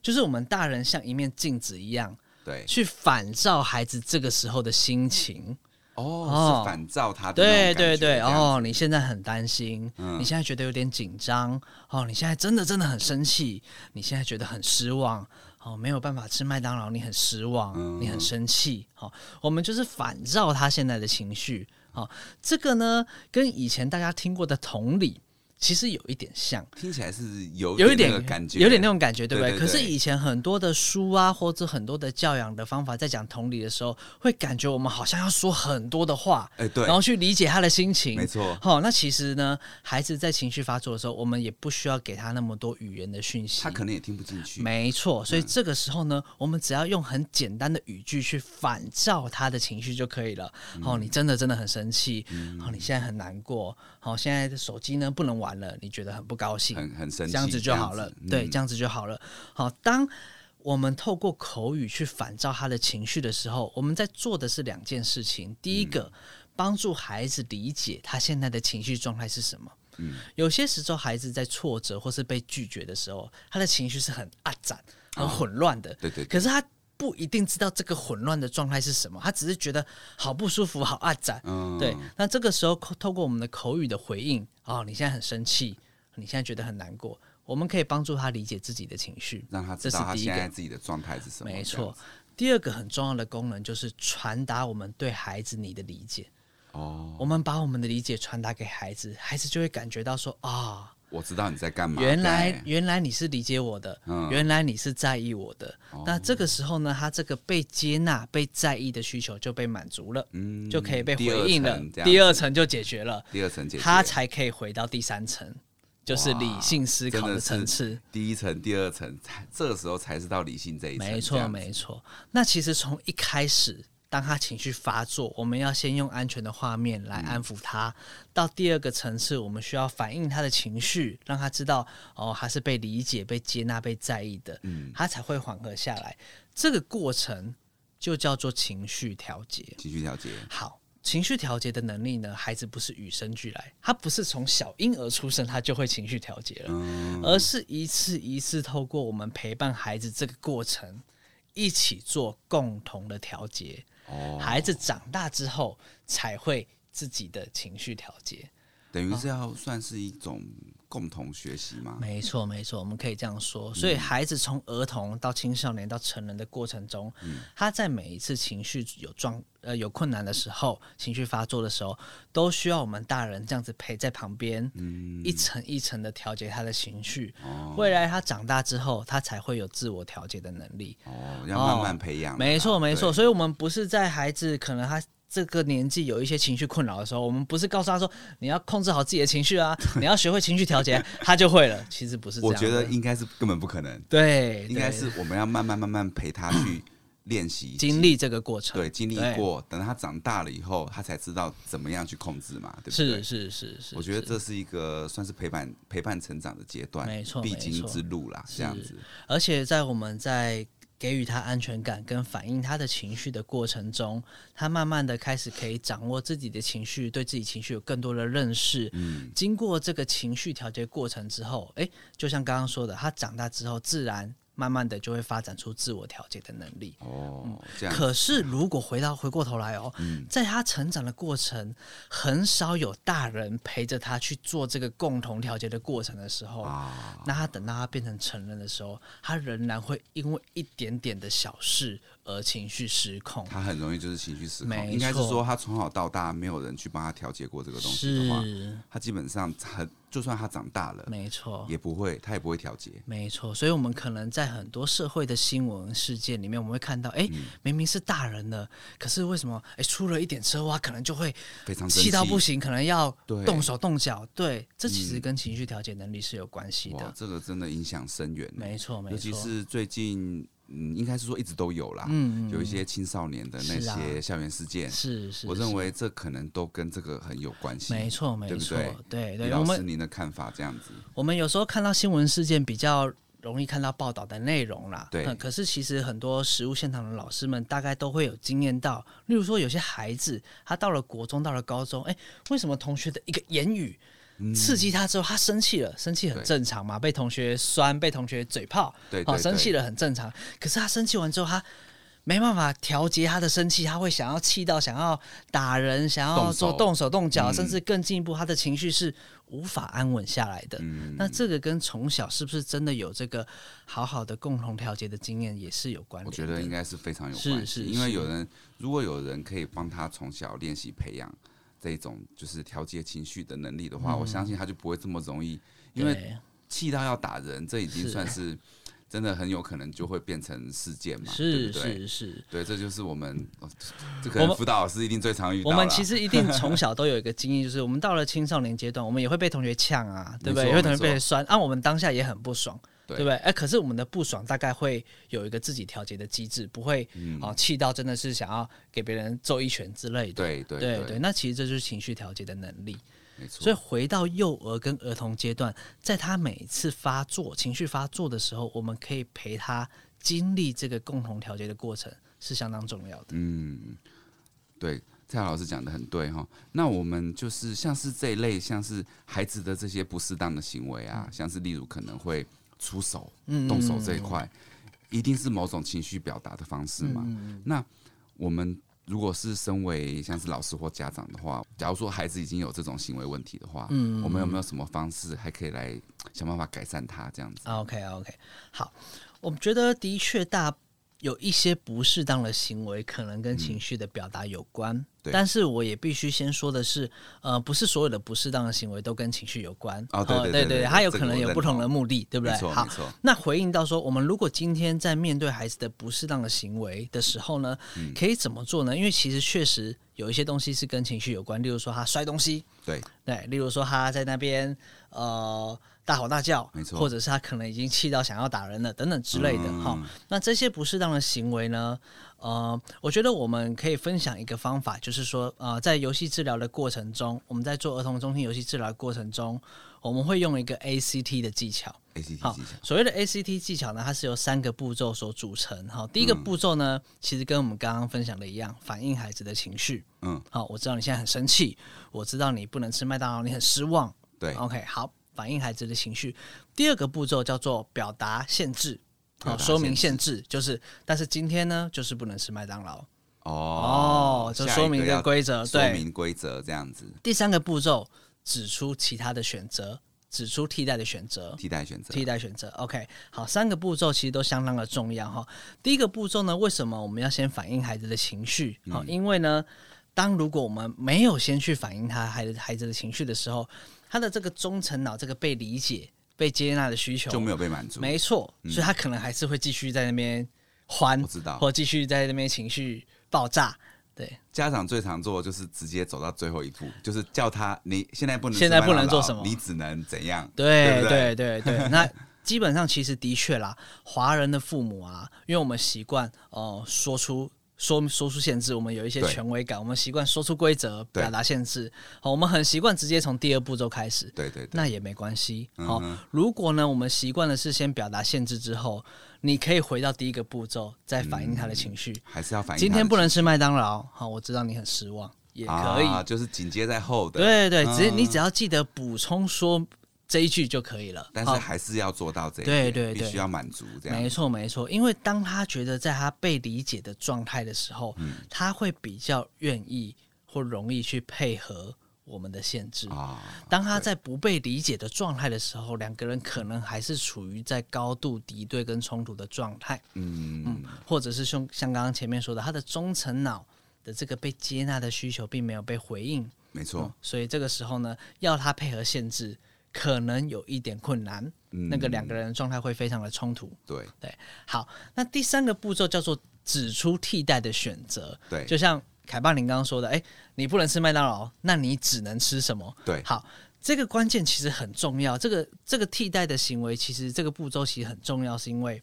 Speaker 2: 就是我们大人像一面镜子一样，
Speaker 1: 对
Speaker 2: 去反照孩子这个时候的心情。
Speaker 1: 哦，
Speaker 2: 哦
Speaker 1: 是反照他的
Speaker 2: 对
Speaker 1: 那种感觉
Speaker 2: 对
Speaker 1: 这
Speaker 2: 对，
Speaker 1: 样
Speaker 2: 哦，你现在很担心，
Speaker 1: 嗯
Speaker 2: 你现在觉得有点紧张，哦，你现在真的真的很生气，你现在觉得很失望，哦，没有办法吃麦当劳，你很失望，
Speaker 1: 嗯
Speaker 2: 你很生气，哦，我们就是反照他现在的情绪，哦，这个呢跟以前大家听过的同理其实有一点像。
Speaker 1: 听起来是有
Speaker 2: 有一
Speaker 1: 点
Speaker 2: 点
Speaker 1: 那个感觉，
Speaker 2: 有点那种感觉，对不对？
Speaker 1: 对对
Speaker 2: 可是
Speaker 1: 对
Speaker 2: 以前很多的书啊，或者很多的教养的方法，在讲同理的时候，会感觉我们好像要说很多的话，
Speaker 1: 哎，对
Speaker 2: 然，后去理解他的心情。
Speaker 1: 没错，
Speaker 2: 好、那其实呢，孩子在情绪发作的时候，我们也不需要给他那么多语言的讯息。
Speaker 1: 他可能也听不进去，
Speaker 2: 没错，所以这个时候呢，我们只要用很简单的语句去反照他的情绪就可以了。
Speaker 1: 嗯
Speaker 2: 哦，你真的真的很生气，哦，你现在很难过，哦，现在的手机呢不能玩了，你觉得很不高兴，
Speaker 1: 很很生气，
Speaker 2: 这样子就好了
Speaker 1: 这样子，
Speaker 2: 对，
Speaker 1: 嗯
Speaker 2: 这样子就好了。好，当我们透过口语去反照他的情绪的时候，我们在做的是两件事情。第一
Speaker 1: 嗯
Speaker 2: 个，帮助孩子理解他现在的情绪状态是什么。嗯，有些时候孩子在挫折或是被拒绝的时候，他的情绪是很暗展、很混乱的。
Speaker 1: 哦对对对
Speaker 2: 可是他不一定知道这个混乱的状态是什么，他只是觉得好不舒服、好暗展。
Speaker 1: 嗯
Speaker 2: 对，那这个时候口透过我们的口语的回应，哦，你现在很生气，你现在觉得很难过，我们可以帮助他理解自己的情绪，
Speaker 1: 让他知
Speaker 2: 这是
Speaker 1: 道他
Speaker 2: 第一
Speaker 1: 现在
Speaker 2: 个，
Speaker 1: 自己的状态是什么。
Speaker 2: 没
Speaker 1: 这样
Speaker 2: 错
Speaker 1: 子。。
Speaker 2: 第二个很重要的功能就是传达我们对孩子你的理解，
Speaker 1: 哦，
Speaker 2: 我们把我们的理解传达给孩子，孩子就会感觉到说啊。
Speaker 1: 我知道你在干嘛。
Speaker 2: 原来
Speaker 1: 对
Speaker 2: 原来你是理解我的，
Speaker 1: 嗯哦
Speaker 2: 原来你是在意我的。那这个时候呢，他这个被接纳、被在意的需求就被满足了，
Speaker 1: 嗯
Speaker 2: 就可以被回
Speaker 1: 第二
Speaker 2: 应了
Speaker 1: 层这。样
Speaker 2: 第
Speaker 1: 子
Speaker 2: 二层就解决了，
Speaker 1: 第二层解决，
Speaker 2: 他才可以回到第三层，就是理性思考
Speaker 1: 真
Speaker 2: 的
Speaker 1: 的
Speaker 2: 层
Speaker 1: 是
Speaker 2: 次。
Speaker 1: 第一层、第二层，才这时候才是到理性这一层。
Speaker 2: 没
Speaker 1: 这
Speaker 2: 错，
Speaker 1: 样子
Speaker 2: 没错。那其实从一开始，当他情绪发作，我们要先用安全的画面
Speaker 1: 嗯
Speaker 2: 来安抚他。到第二个层次，我们需要反映他的情绪，让他知道哦，他是被理解、被接纳、被在意的，
Speaker 1: 嗯
Speaker 2: 他才会缓和下来。这个过程就叫做情绪调节。
Speaker 1: 情绪调节，
Speaker 2: 好，情绪调节的能力呢，孩子不是与生俱来，他不是从小婴儿出生他就会情绪调节了，而是一次一次透过我们陪伴孩子这个过程，一起做共同的调节，
Speaker 1: 哦
Speaker 2: 孩子长大之后才会自己的情绪调节。
Speaker 1: 等于是要算是一种共同学习嘛。
Speaker 2: 没错，没错，我们可以这样说。
Speaker 1: 嗯
Speaker 2: 所以，孩子从儿童到青少年到成人的过程中，
Speaker 1: 嗯
Speaker 2: 他在每一次情绪有状呃有困难的时候，情绪发作的时候，都需要我们大人这样子陪在旁边，
Speaker 1: 嗯
Speaker 2: 一层一层的调节他的情绪。
Speaker 1: 哦
Speaker 2: 未来他长大之后，他才会有自我调节的能力。
Speaker 1: 哦，要慢慢培养。
Speaker 2: 哦没错，没错。
Speaker 1: 对，
Speaker 2: 所以，我们不是在孩子可能他。这个年纪有一些情绪困扰的时候，我们不是告诉他说你要控制好自己的情绪啊，你要学会情绪调节，他就会了。其实不是这
Speaker 1: 我
Speaker 2: 样的。
Speaker 1: 觉得应该是根本不可能，
Speaker 2: 对，
Speaker 1: 应该
Speaker 2: 对
Speaker 1: 是我们要慢慢慢慢陪他去练习
Speaker 2: 经历这个过程。
Speaker 1: 对，经历
Speaker 2: 对
Speaker 1: 过，等他长大了以后，他才知道怎么样去控制嘛，对不对
Speaker 2: 是？是是是，
Speaker 1: 我觉得
Speaker 2: 是
Speaker 1: 这是一个算是陪伴陪伴成长的阶段，
Speaker 2: 没错
Speaker 1: 必
Speaker 2: 没
Speaker 1: 经
Speaker 2: 错
Speaker 1: 之路啦，这样子。
Speaker 2: 而且在我们在给予他安全感跟反映他的情绪的过程中，他慢慢的开始可以掌握自己的情绪，对自己情绪有更多的认识。嗯，经过这个情绪调节过程之后，诶，就像刚刚说的，他长大之后自然。慢慢的就会发展出自我调节的能力。
Speaker 1: 哦，这样
Speaker 2: 嗯可是如果回到回过头来哦，
Speaker 1: 嗯
Speaker 2: 在他成长的过程，很少有大人陪着他去做这个共同调节的过程的时候，
Speaker 1: 啊，
Speaker 2: 那他等到他变成成人的时候，他仍然会因为一点点的小事而情绪失控。
Speaker 1: 他很容易就是情绪失控，
Speaker 2: 没
Speaker 1: 应该是
Speaker 2: 错
Speaker 1: 说他从小到大没有人去帮他调节过这个东西的话，
Speaker 2: 是，
Speaker 1: 他基本上很就算他长大了，
Speaker 2: 没错。
Speaker 1: 也不会，他也不会调节。
Speaker 2: 没错，所以我们可能在很多社会的新闻事件里面，我们会看到，哎、
Speaker 1: 嗯
Speaker 2: 明明是大人了，可是为什么，哎，出了一点车祸，他可能就会
Speaker 1: 非常生
Speaker 2: 气到不
Speaker 1: 气
Speaker 2: 行，可能要
Speaker 1: 对嗯
Speaker 2: 动手动脚。对，这其实跟情绪调节能力是有关系的。
Speaker 1: 哇，这个真的影响深远，
Speaker 2: 没错，没
Speaker 1: 尤
Speaker 2: 错
Speaker 1: 其，是最近，嗯，应该是说一直都有啦，
Speaker 2: 嗯
Speaker 1: 有一些青少年的那
Speaker 2: 是啊
Speaker 1: 些校园事件，
Speaker 2: 是是，
Speaker 1: 我认
Speaker 2: 是
Speaker 1: 为这可能都跟这个很有关系。
Speaker 2: 没错，
Speaker 1: 对
Speaker 2: 没
Speaker 1: 不
Speaker 2: 错
Speaker 1: 对，
Speaker 2: 对
Speaker 1: 李
Speaker 2: 对，我
Speaker 1: 老
Speaker 2: 们
Speaker 1: 师您的看法这样子，
Speaker 2: 我们有时候看到新闻事件比较容易看到报道的内容啦。
Speaker 1: 对
Speaker 2: 嗯可是其实很多实务现场的老师们大概都会有经验到，例如说有些孩子他到了国中，到了高中，哎、为什么同学的一个言语？刺激他之后，他生气了，生气很
Speaker 1: 嗯对
Speaker 2: 正常嘛，被同学酸，被同学嘴炮，
Speaker 1: 对
Speaker 2: 哦，
Speaker 1: 对
Speaker 2: 生
Speaker 1: 对
Speaker 2: 气了很正常。可是他生气完之后，他没办法调节他的生气，他会想要气到想要打人，想要
Speaker 1: 动手
Speaker 2: 做动手动脚，
Speaker 1: 嗯
Speaker 2: 甚至更进一步，他的情绪是无法安稳下来的。
Speaker 1: 嗯
Speaker 2: 那这个跟从小是不是真的有这个好好的共同调节的经验也是有关
Speaker 1: 我
Speaker 2: 联的？
Speaker 1: 觉得应该是非常有
Speaker 2: 是
Speaker 1: 关
Speaker 2: 是
Speaker 1: 系，因为
Speaker 2: 是
Speaker 1: 有人如果有人可以帮他从小练习培养这种就是调节情绪的能力的
Speaker 2: 嗯
Speaker 1: 话，我相信他就不会这么容易，因为
Speaker 2: 对
Speaker 1: 气到要打人，这已经
Speaker 2: 是
Speaker 1: 算是真的很有可能就会变成事件嘛，对
Speaker 2: 是
Speaker 1: 不对？
Speaker 2: 是是。
Speaker 1: 对，这就是我们，哦这可
Speaker 2: 我
Speaker 1: 能
Speaker 2: 们
Speaker 1: 辅导老师一定最常遇到
Speaker 2: 我
Speaker 1: 啦。
Speaker 2: 们其实一 定从小都有一个经验，就是我们到了青少年阶段，我们也会被同学呛啊，对不对？
Speaker 1: 没错
Speaker 2: 也会同学
Speaker 1: 没
Speaker 2: 被
Speaker 1: 错
Speaker 2: 酸，啊，我们当下也很不爽，
Speaker 1: 对
Speaker 2: 对不对？哎、可是我们的不爽大概会有一个自己调节的机制，不会
Speaker 1: 嗯
Speaker 2: 哦气到真的是想要给别人揍一拳之类的。
Speaker 1: 对对
Speaker 2: 对对，，那其实这就是情绪调节的能力。
Speaker 1: 没错。
Speaker 2: 所以回到幼儿跟儿童阶段，在他每一次发作、情绪发作的时候，我们可以陪他经历这个共同调节的过程，是相当重要的。
Speaker 1: 嗯，对，蔡老师讲的很对哈。那我们就是像是这一类，像是孩子的这些不适当的行为啊，
Speaker 2: 嗯
Speaker 1: 像是例如可能会出手、动手这一块，一定是某种情绪表达的方式
Speaker 2: 嗯
Speaker 1: 嘛。那我们如果是身为像是老师或家长的话，假如说孩子已经有这种行为问题的话，
Speaker 2: 嗯
Speaker 1: 我们有没有什么方式还可以来想办法改善他这样子？
Speaker 2: OK OK，好，我们觉得的确大有一些不适当的行为，可能跟情绪的表达有关。
Speaker 1: 嗯对
Speaker 2: 但是我也必须先说的是，呃，不是所有的不适当的行为都跟情绪有关。
Speaker 1: 哦对
Speaker 2: 呃
Speaker 1: 对
Speaker 2: 对
Speaker 1: 对对
Speaker 2: 它有
Speaker 1: 这
Speaker 2: 可
Speaker 1: 个
Speaker 2: 能
Speaker 1: 我
Speaker 2: 有
Speaker 1: 认
Speaker 2: 不同的
Speaker 1: 同
Speaker 2: 目的，对不
Speaker 1: 没
Speaker 2: 对？
Speaker 1: 错，
Speaker 2: 好
Speaker 1: 没，错，
Speaker 2: 那回应到说，我们如果今天在面对孩子的不适当的行为的时候呢，
Speaker 1: 嗯
Speaker 2: 可以怎么做呢？因为其实确实有一些东西是跟情绪有关，例如说他摔东西，
Speaker 1: 对，
Speaker 2: 对，例如说他在那边呃大吼大叫，
Speaker 1: 没错嗯
Speaker 2: 或者是他可能已经气到想要打人了等等之类的哈、那这些不适当的行为呢，呃，我觉得我们可以分享一个方法，就是说呃，在游戏治疗的过程中，我们在做儿童中心游戏治疗的过程中，我们会用一个 ACT 的技巧。
Speaker 1: ，A C T
Speaker 2: 好
Speaker 1: 技巧，，
Speaker 2: 所谓的 ACT 技巧呢，它是由三个步骤所组成。好，第一
Speaker 1: 嗯
Speaker 2: 个步骤呢，其实跟我们刚刚分享的一样，反映孩子的情绪。
Speaker 1: 嗯，
Speaker 2: 好，我知道你现在很生气，我知道你不能吃麦当劳，你很失望。
Speaker 1: 对，
Speaker 2: OK，好，反映孩子的情绪。第二个步骤叫做表达限制。
Speaker 1: 表
Speaker 2: 好，
Speaker 1: 达
Speaker 2: 说明
Speaker 1: 限
Speaker 2: 限制就是，但是今天呢，就是不能吃麦当劳。
Speaker 1: 哦
Speaker 2: 哦，就
Speaker 1: 下
Speaker 2: 说
Speaker 1: 一
Speaker 2: 明
Speaker 1: 个
Speaker 2: 这个
Speaker 1: 要
Speaker 2: 规则
Speaker 1: 说
Speaker 2: 对
Speaker 1: 明规则这样子，
Speaker 2: 第三个步骤，指出其他的选择，指出替代的选择。
Speaker 1: 替代选择，
Speaker 2: 替代选择。OK，好，三个步骤其实都相当的重要哈。第一个步骤呢，为什么我们要先反映孩子的情绪？好、
Speaker 1: 嗯
Speaker 2: 因为呢，当如果我们没有先去反映他孩子孩子的情绪的时候，他的这个中层脑这个被理解、被接纳的需求
Speaker 1: 就没有被满足。
Speaker 2: 没错，所以他可能还是会继续在那边欢，
Speaker 1: 我知道
Speaker 2: 或继续在那边情绪爆炸。对，
Speaker 1: 家长最常做的就是直接走到最后一步，就是叫他你现在不能吃
Speaker 2: 现在
Speaker 1: 麦当劳
Speaker 2: 不能做什么
Speaker 1: 你只能怎样？对
Speaker 2: 对
Speaker 1: 不
Speaker 2: 对对 对，那基本上其实的确啦，华人的父母啊，因为我们习惯哦说出。说说出限制，我们有一些
Speaker 1: 对
Speaker 2: 权威感，我们习惯说出规则，
Speaker 1: 对
Speaker 2: 表达限制。好，我们很习惯直接从第二步骤开始，
Speaker 1: 对对对，
Speaker 2: 那也没关系。好、
Speaker 1: 嗯
Speaker 2: 如果呢，我们习惯的是先表达限制之后，你可以回到第一个步骤，再反映他的情绪。
Speaker 1: 还是要嗯反映他的情绪。
Speaker 2: 今天不能吃麦当劳，好，我知道你很失望，也可以。
Speaker 1: 啊，嗯就是紧接在后的。，
Speaker 2: 对对，只、你只要记得补充说这一句就可以了。
Speaker 1: 但是
Speaker 2: 好
Speaker 1: 还是要做到这一点
Speaker 2: 对对对
Speaker 1: 必须要满足这样
Speaker 2: 没。错，没错，因为当他觉得在他被理解的状态的时候，
Speaker 1: 嗯
Speaker 2: 他会比较愿意或容易去配合我们的限制。
Speaker 1: 啊，
Speaker 2: 当他在不被理解的状态的时候，两个人可能还是处于在高度敌对跟冲突的状态，
Speaker 1: 嗯，
Speaker 2: 或者是像像刚刚前面说的，他的中层脑的这个被接纳的需求并没有被回应，
Speaker 1: 没错，
Speaker 2: 所以这个时候呢，要他配合限制，可能有一点困难，
Speaker 1: 嗯
Speaker 2: 那个两个人的状态会非常的冲突。
Speaker 1: 对
Speaker 2: 对，好，那第三个步骤叫做指出替代的选择。
Speaker 1: 对
Speaker 2: 就像凯巴林刚刚说的，哎、你不能吃麦当劳，那你只能吃什么？
Speaker 1: 对
Speaker 2: 好，这个关键其实很重要。这个这个替代的行为，其实这个步骤其实很重要，是因为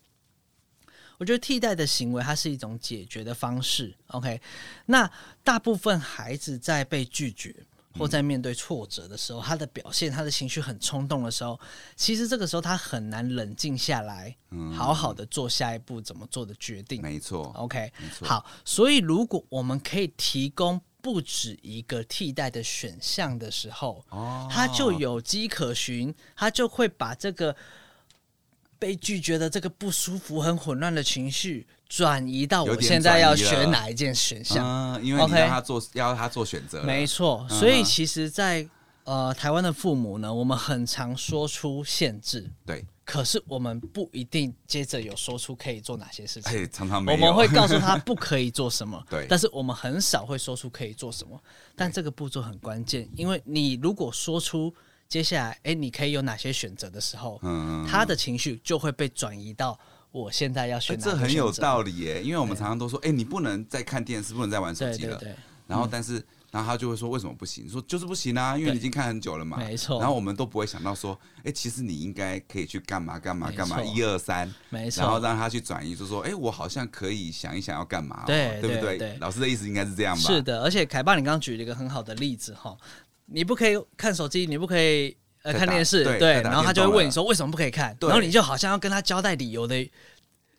Speaker 2: 我觉得替代的行为它是一种解决的方式。OK，那大部分孩子在被拒绝
Speaker 1: 嗯
Speaker 2: 或在面对挫折的时候，他的表现，他的情绪很冲动的时候，其实这个时候他很难冷静下来，
Speaker 1: 嗯
Speaker 2: 好好的做下一步怎么做的决定。
Speaker 1: 没错，
Speaker 2: OK，
Speaker 1: 没错
Speaker 2: 好，所以如果我们可以提供不止一个替代的选项的时候，
Speaker 1: 哦
Speaker 2: 他就有迹可循，他就会把这个被拒绝的这个不舒服、很混乱的情绪转移到
Speaker 1: 有
Speaker 2: 我
Speaker 1: 点
Speaker 2: 现在要
Speaker 1: 转移了
Speaker 2: 选哪一件选项。
Speaker 1: 嗯，因为你
Speaker 2: OK
Speaker 1: 让他做，要他做选择了，
Speaker 2: 没错，
Speaker 1: 嗯
Speaker 2: 所以其实在，呃台湾的父母呢，我们很常说出限制，
Speaker 1: 对，
Speaker 2: 可是我们不一定接着有说出可以做哪些事情。
Speaker 1: 哎，常常没
Speaker 2: 我
Speaker 1: 有，
Speaker 2: 们会告诉他不可以做什么
Speaker 1: ，对
Speaker 2: 但是我们很少会说出可以做什么。但这个步骤很关键，因为你如果说出接下来，哎，你可以有哪些选择的时候，
Speaker 1: 嗯，
Speaker 2: 他的情绪就会被转移到我现在要
Speaker 1: 哎
Speaker 2: 选哪个
Speaker 1: 这
Speaker 2: 选择、
Speaker 1: 很有道理耶，因为我们常常都说，哎，你不能再看电视，不能再玩手
Speaker 2: 对
Speaker 1: 机
Speaker 2: 对嗯
Speaker 1: 了，
Speaker 2: 对，
Speaker 1: 然后但是。然后他就会说为什么不行？说就是不行啊，因为
Speaker 2: 对
Speaker 1: 你已经看很久了嘛。
Speaker 2: 没错
Speaker 1: 然后我们都不会想到说，哎，其实你应该可以去干嘛干嘛
Speaker 2: 没
Speaker 1: 干嘛，
Speaker 2: 错
Speaker 1: 一二三，
Speaker 2: 没
Speaker 1: 然后
Speaker 2: 错，
Speaker 1: 让他去转移，就说，哎，我好像可以想一想要干嘛哦，
Speaker 2: 对
Speaker 1: 对不
Speaker 2: 对对
Speaker 1: 老师的意思应该是这样吧？
Speaker 2: 是的。而且凯爸，你刚刚举了一个很好的例子哈，你不可以看手机，你不可以。呃，
Speaker 1: 在
Speaker 2: 看
Speaker 1: 打
Speaker 2: 电视
Speaker 1: 对在打
Speaker 2: 然后他
Speaker 1: 电
Speaker 2: 就会
Speaker 1: 动
Speaker 2: 问
Speaker 1: 了
Speaker 2: 你说为什么不可以看，
Speaker 1: 对
Speaker 2: 然后你就好像要跟他交代理由的，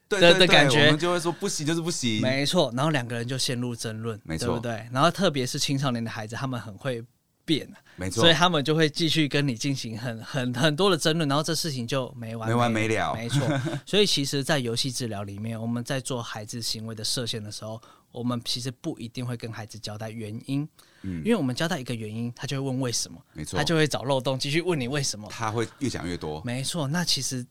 Speaker 1: 对
Speaker 2: 的
Speaker 1: 对对
Speaker 2: 的感觉
Speaker 1: 我们就会说不行就是不行，
Speaker 2: 没错，然后两个人就陷入争论，
Speaker 1: 没错
Speaker 2: 对不对？然后特别是青少年的孩子，他们很会变，啊
Speaker 1: 没错
Speaker 2: 所以，他们就会继续跟你进行很很很多的争论，然后这事情就没完
Speaker 1: 没完没
Speaker 2: 了。
Speaker 1: 了，
Speaker 2: 没错， 所以其实，在游戏治疗里面，我们在做孩子行为的设限的时候，我们其实不一定会跟孩子交代原因，因为我们交代一个原因，他就会问为什么，
Speaker 1: 嗯没错
Speaker 2: 他，就会找漏洞继续问你为什么，
Speaker 1: 他会越讲越多，
Speaker 2: 没错，那其实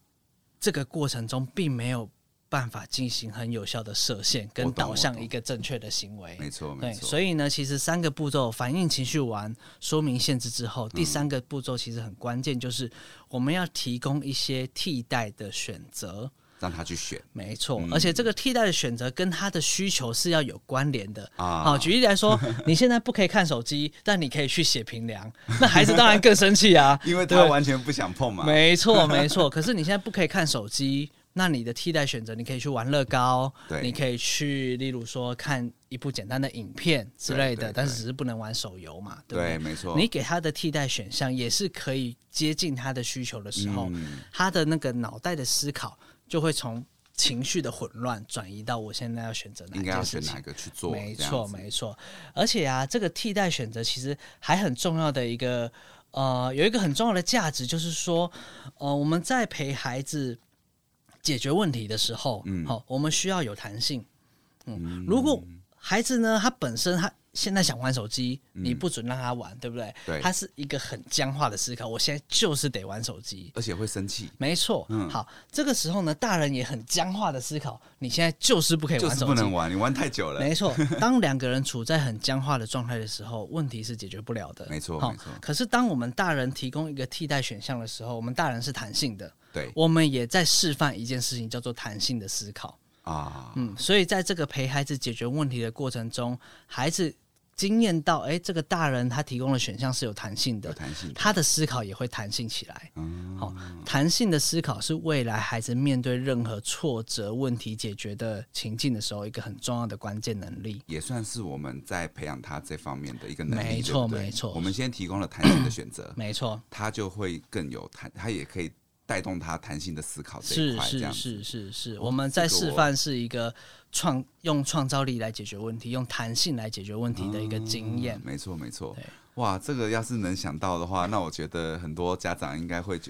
Speaker 2: 这个过程中并没有办法进行很有效的射线
Speaker 1: 我
Speaker 2: 跟
Speaker 1: 懂
Speaker 2: 导
Speaker 1: 我
Speaker 2: 向
Speaker 1: 懂
Speaker 2: 一个正确的行为。
Speaker 1: 没错没
Speaker 2: 对，
Speaker 1: 错，
Speaker 2: 所以呢，其实三个步骤：反应、情绪完、说明、限制之后，
Speaker 1: 嗯
Speaker 2: 第三个步骤其实很关键，就是我们要提供一些替代的选择。
Speaker 1: 让他去选
Speaker 2: 没错，
Speaker 1: 嗯
Speaker 2: 而且这个替代的选择跟他的需求是要有关联的。好，
Speaker 1: 啊，，
Speaker 2: 举例来说，你现在不可以看手机，但你可以去写评量，那孩子当然更生气啊
Speaker 1: 因为
Speaker 2: 对
Speaker 1: 他完全不想碰嘛，
Speaker 2: 没错，没 错。可是你现在不可以看手机，那你的替代选择，你可以去玩乐高，
Speaker 1: 对
Speaker 2: 你可以去，例如说看一部简单的影片之类
Speaker 1: 对
Speaker 2: 的，
Speaker 1: 对
Speaker 2: 但是只是不能玩手游嘛，对不
Speaker 1: 对，
Speaker 2: 对？
Speaker 1: 没错，
Speaker 2: 你给他的替代选项也是可以接近他的需求的时候，
Speaker 1: 嗯
Speaker 2: 他的那个脑袋的思考就会从情绪的混乱转移到我现在要选择哪一
Speaker 1: 应该要
Speaker 2: 件
Speaker 1: 选
Speaker 2: 事情
Speaker 1: 哪。个去做，
Speaker 2: 没
Speaker 1: 这样
Speaker 2: 错，
Speaker 1: 子
Speaker 2: 没错。而且啊，这个替代选择其实还很重要的一个呃，有一个很重要的价值，就是说，呃，我们在陪孩子解决问题的时候，嗯，好、我们需要有弹性。嗯，如果孩子呢，他本身他现在想玩手机，你不准让他玩，对不对？
Speaker 1: 嗯对
Speaker 2: 他是一个很僵化的思考，我现在就是得玩手机。
Speaker 1: 而且会生气，
Speaker 2: 没错，
Speaker 1: 嗯
Speaker 2: 好，这个时候呢，大人也很僵化的思考，你现在就是不可以
Speaker 1: 就
Speaker 2: 玩
Speaker 1: 是
Speaker 2: 手
Speaker 1: 不
Speaker 2: 机，
Speaker 1: 能玩，你玩太久了，
Speaker 2: 没错，当两个人处在很僵化的状态的时候，问题是解决不了的。
Speaker 1: 没错
Speaker 2: 好
Speaker 1: 没错
Speaker 2: 可是当我们大人提供一个替代选项的时候，我们大人是弹性的，
Speaker 1: 对
Speaker 2: 我们也在示范一件事情，叫做弹性的思考。
Speaker 1: 啊，
Speaker 2: 嗯，所以在这个陪孩子解决问题的过程中，孩子经验到，哎，这个大人他提供的选项是有弹性
Speaker 1: 有
Speaker 2: 的，
Speaker 1: 弹性，嗯
Speaker 2: 他的思考也会弹性起来。好、弹性的思考是未来孩子面对任何挫折、问题解决的情境的时候，一个很重要的关键能力。
Speaker 1: 也算是我们在培养他这方面的一个能力，对
Speaker 2: 没
Speaker 1: 不
Speaker 2: 错
Speaker 1: 对
Speaker 2: 没错，
Speaker 1: 我们先提供了弹性的选择
Speaker 2: 嗯没错，
Speaker 1: 他就会更有弹，他也可以带动他弹性的思考这一
Speaker 2: 是
Speaker 1: 块，这
Speaker 2: 是
Speaker 1: 样子
Speaker 2: 是是是，
Speaker 1: 哦
Speaker 2: 我们在
Speaker 1: 这个
Speaker 2: 示
Speaker 1: 我
Speaker 2: 范是一个创用创造力来解决问题，用弹性来解决问题的一个经验
Speaker 1: 嗯。没错没错
Speaker 2: 对。
Speaker 1: 哇，这个要是能想到的话，那我觉得很多家长应该会觉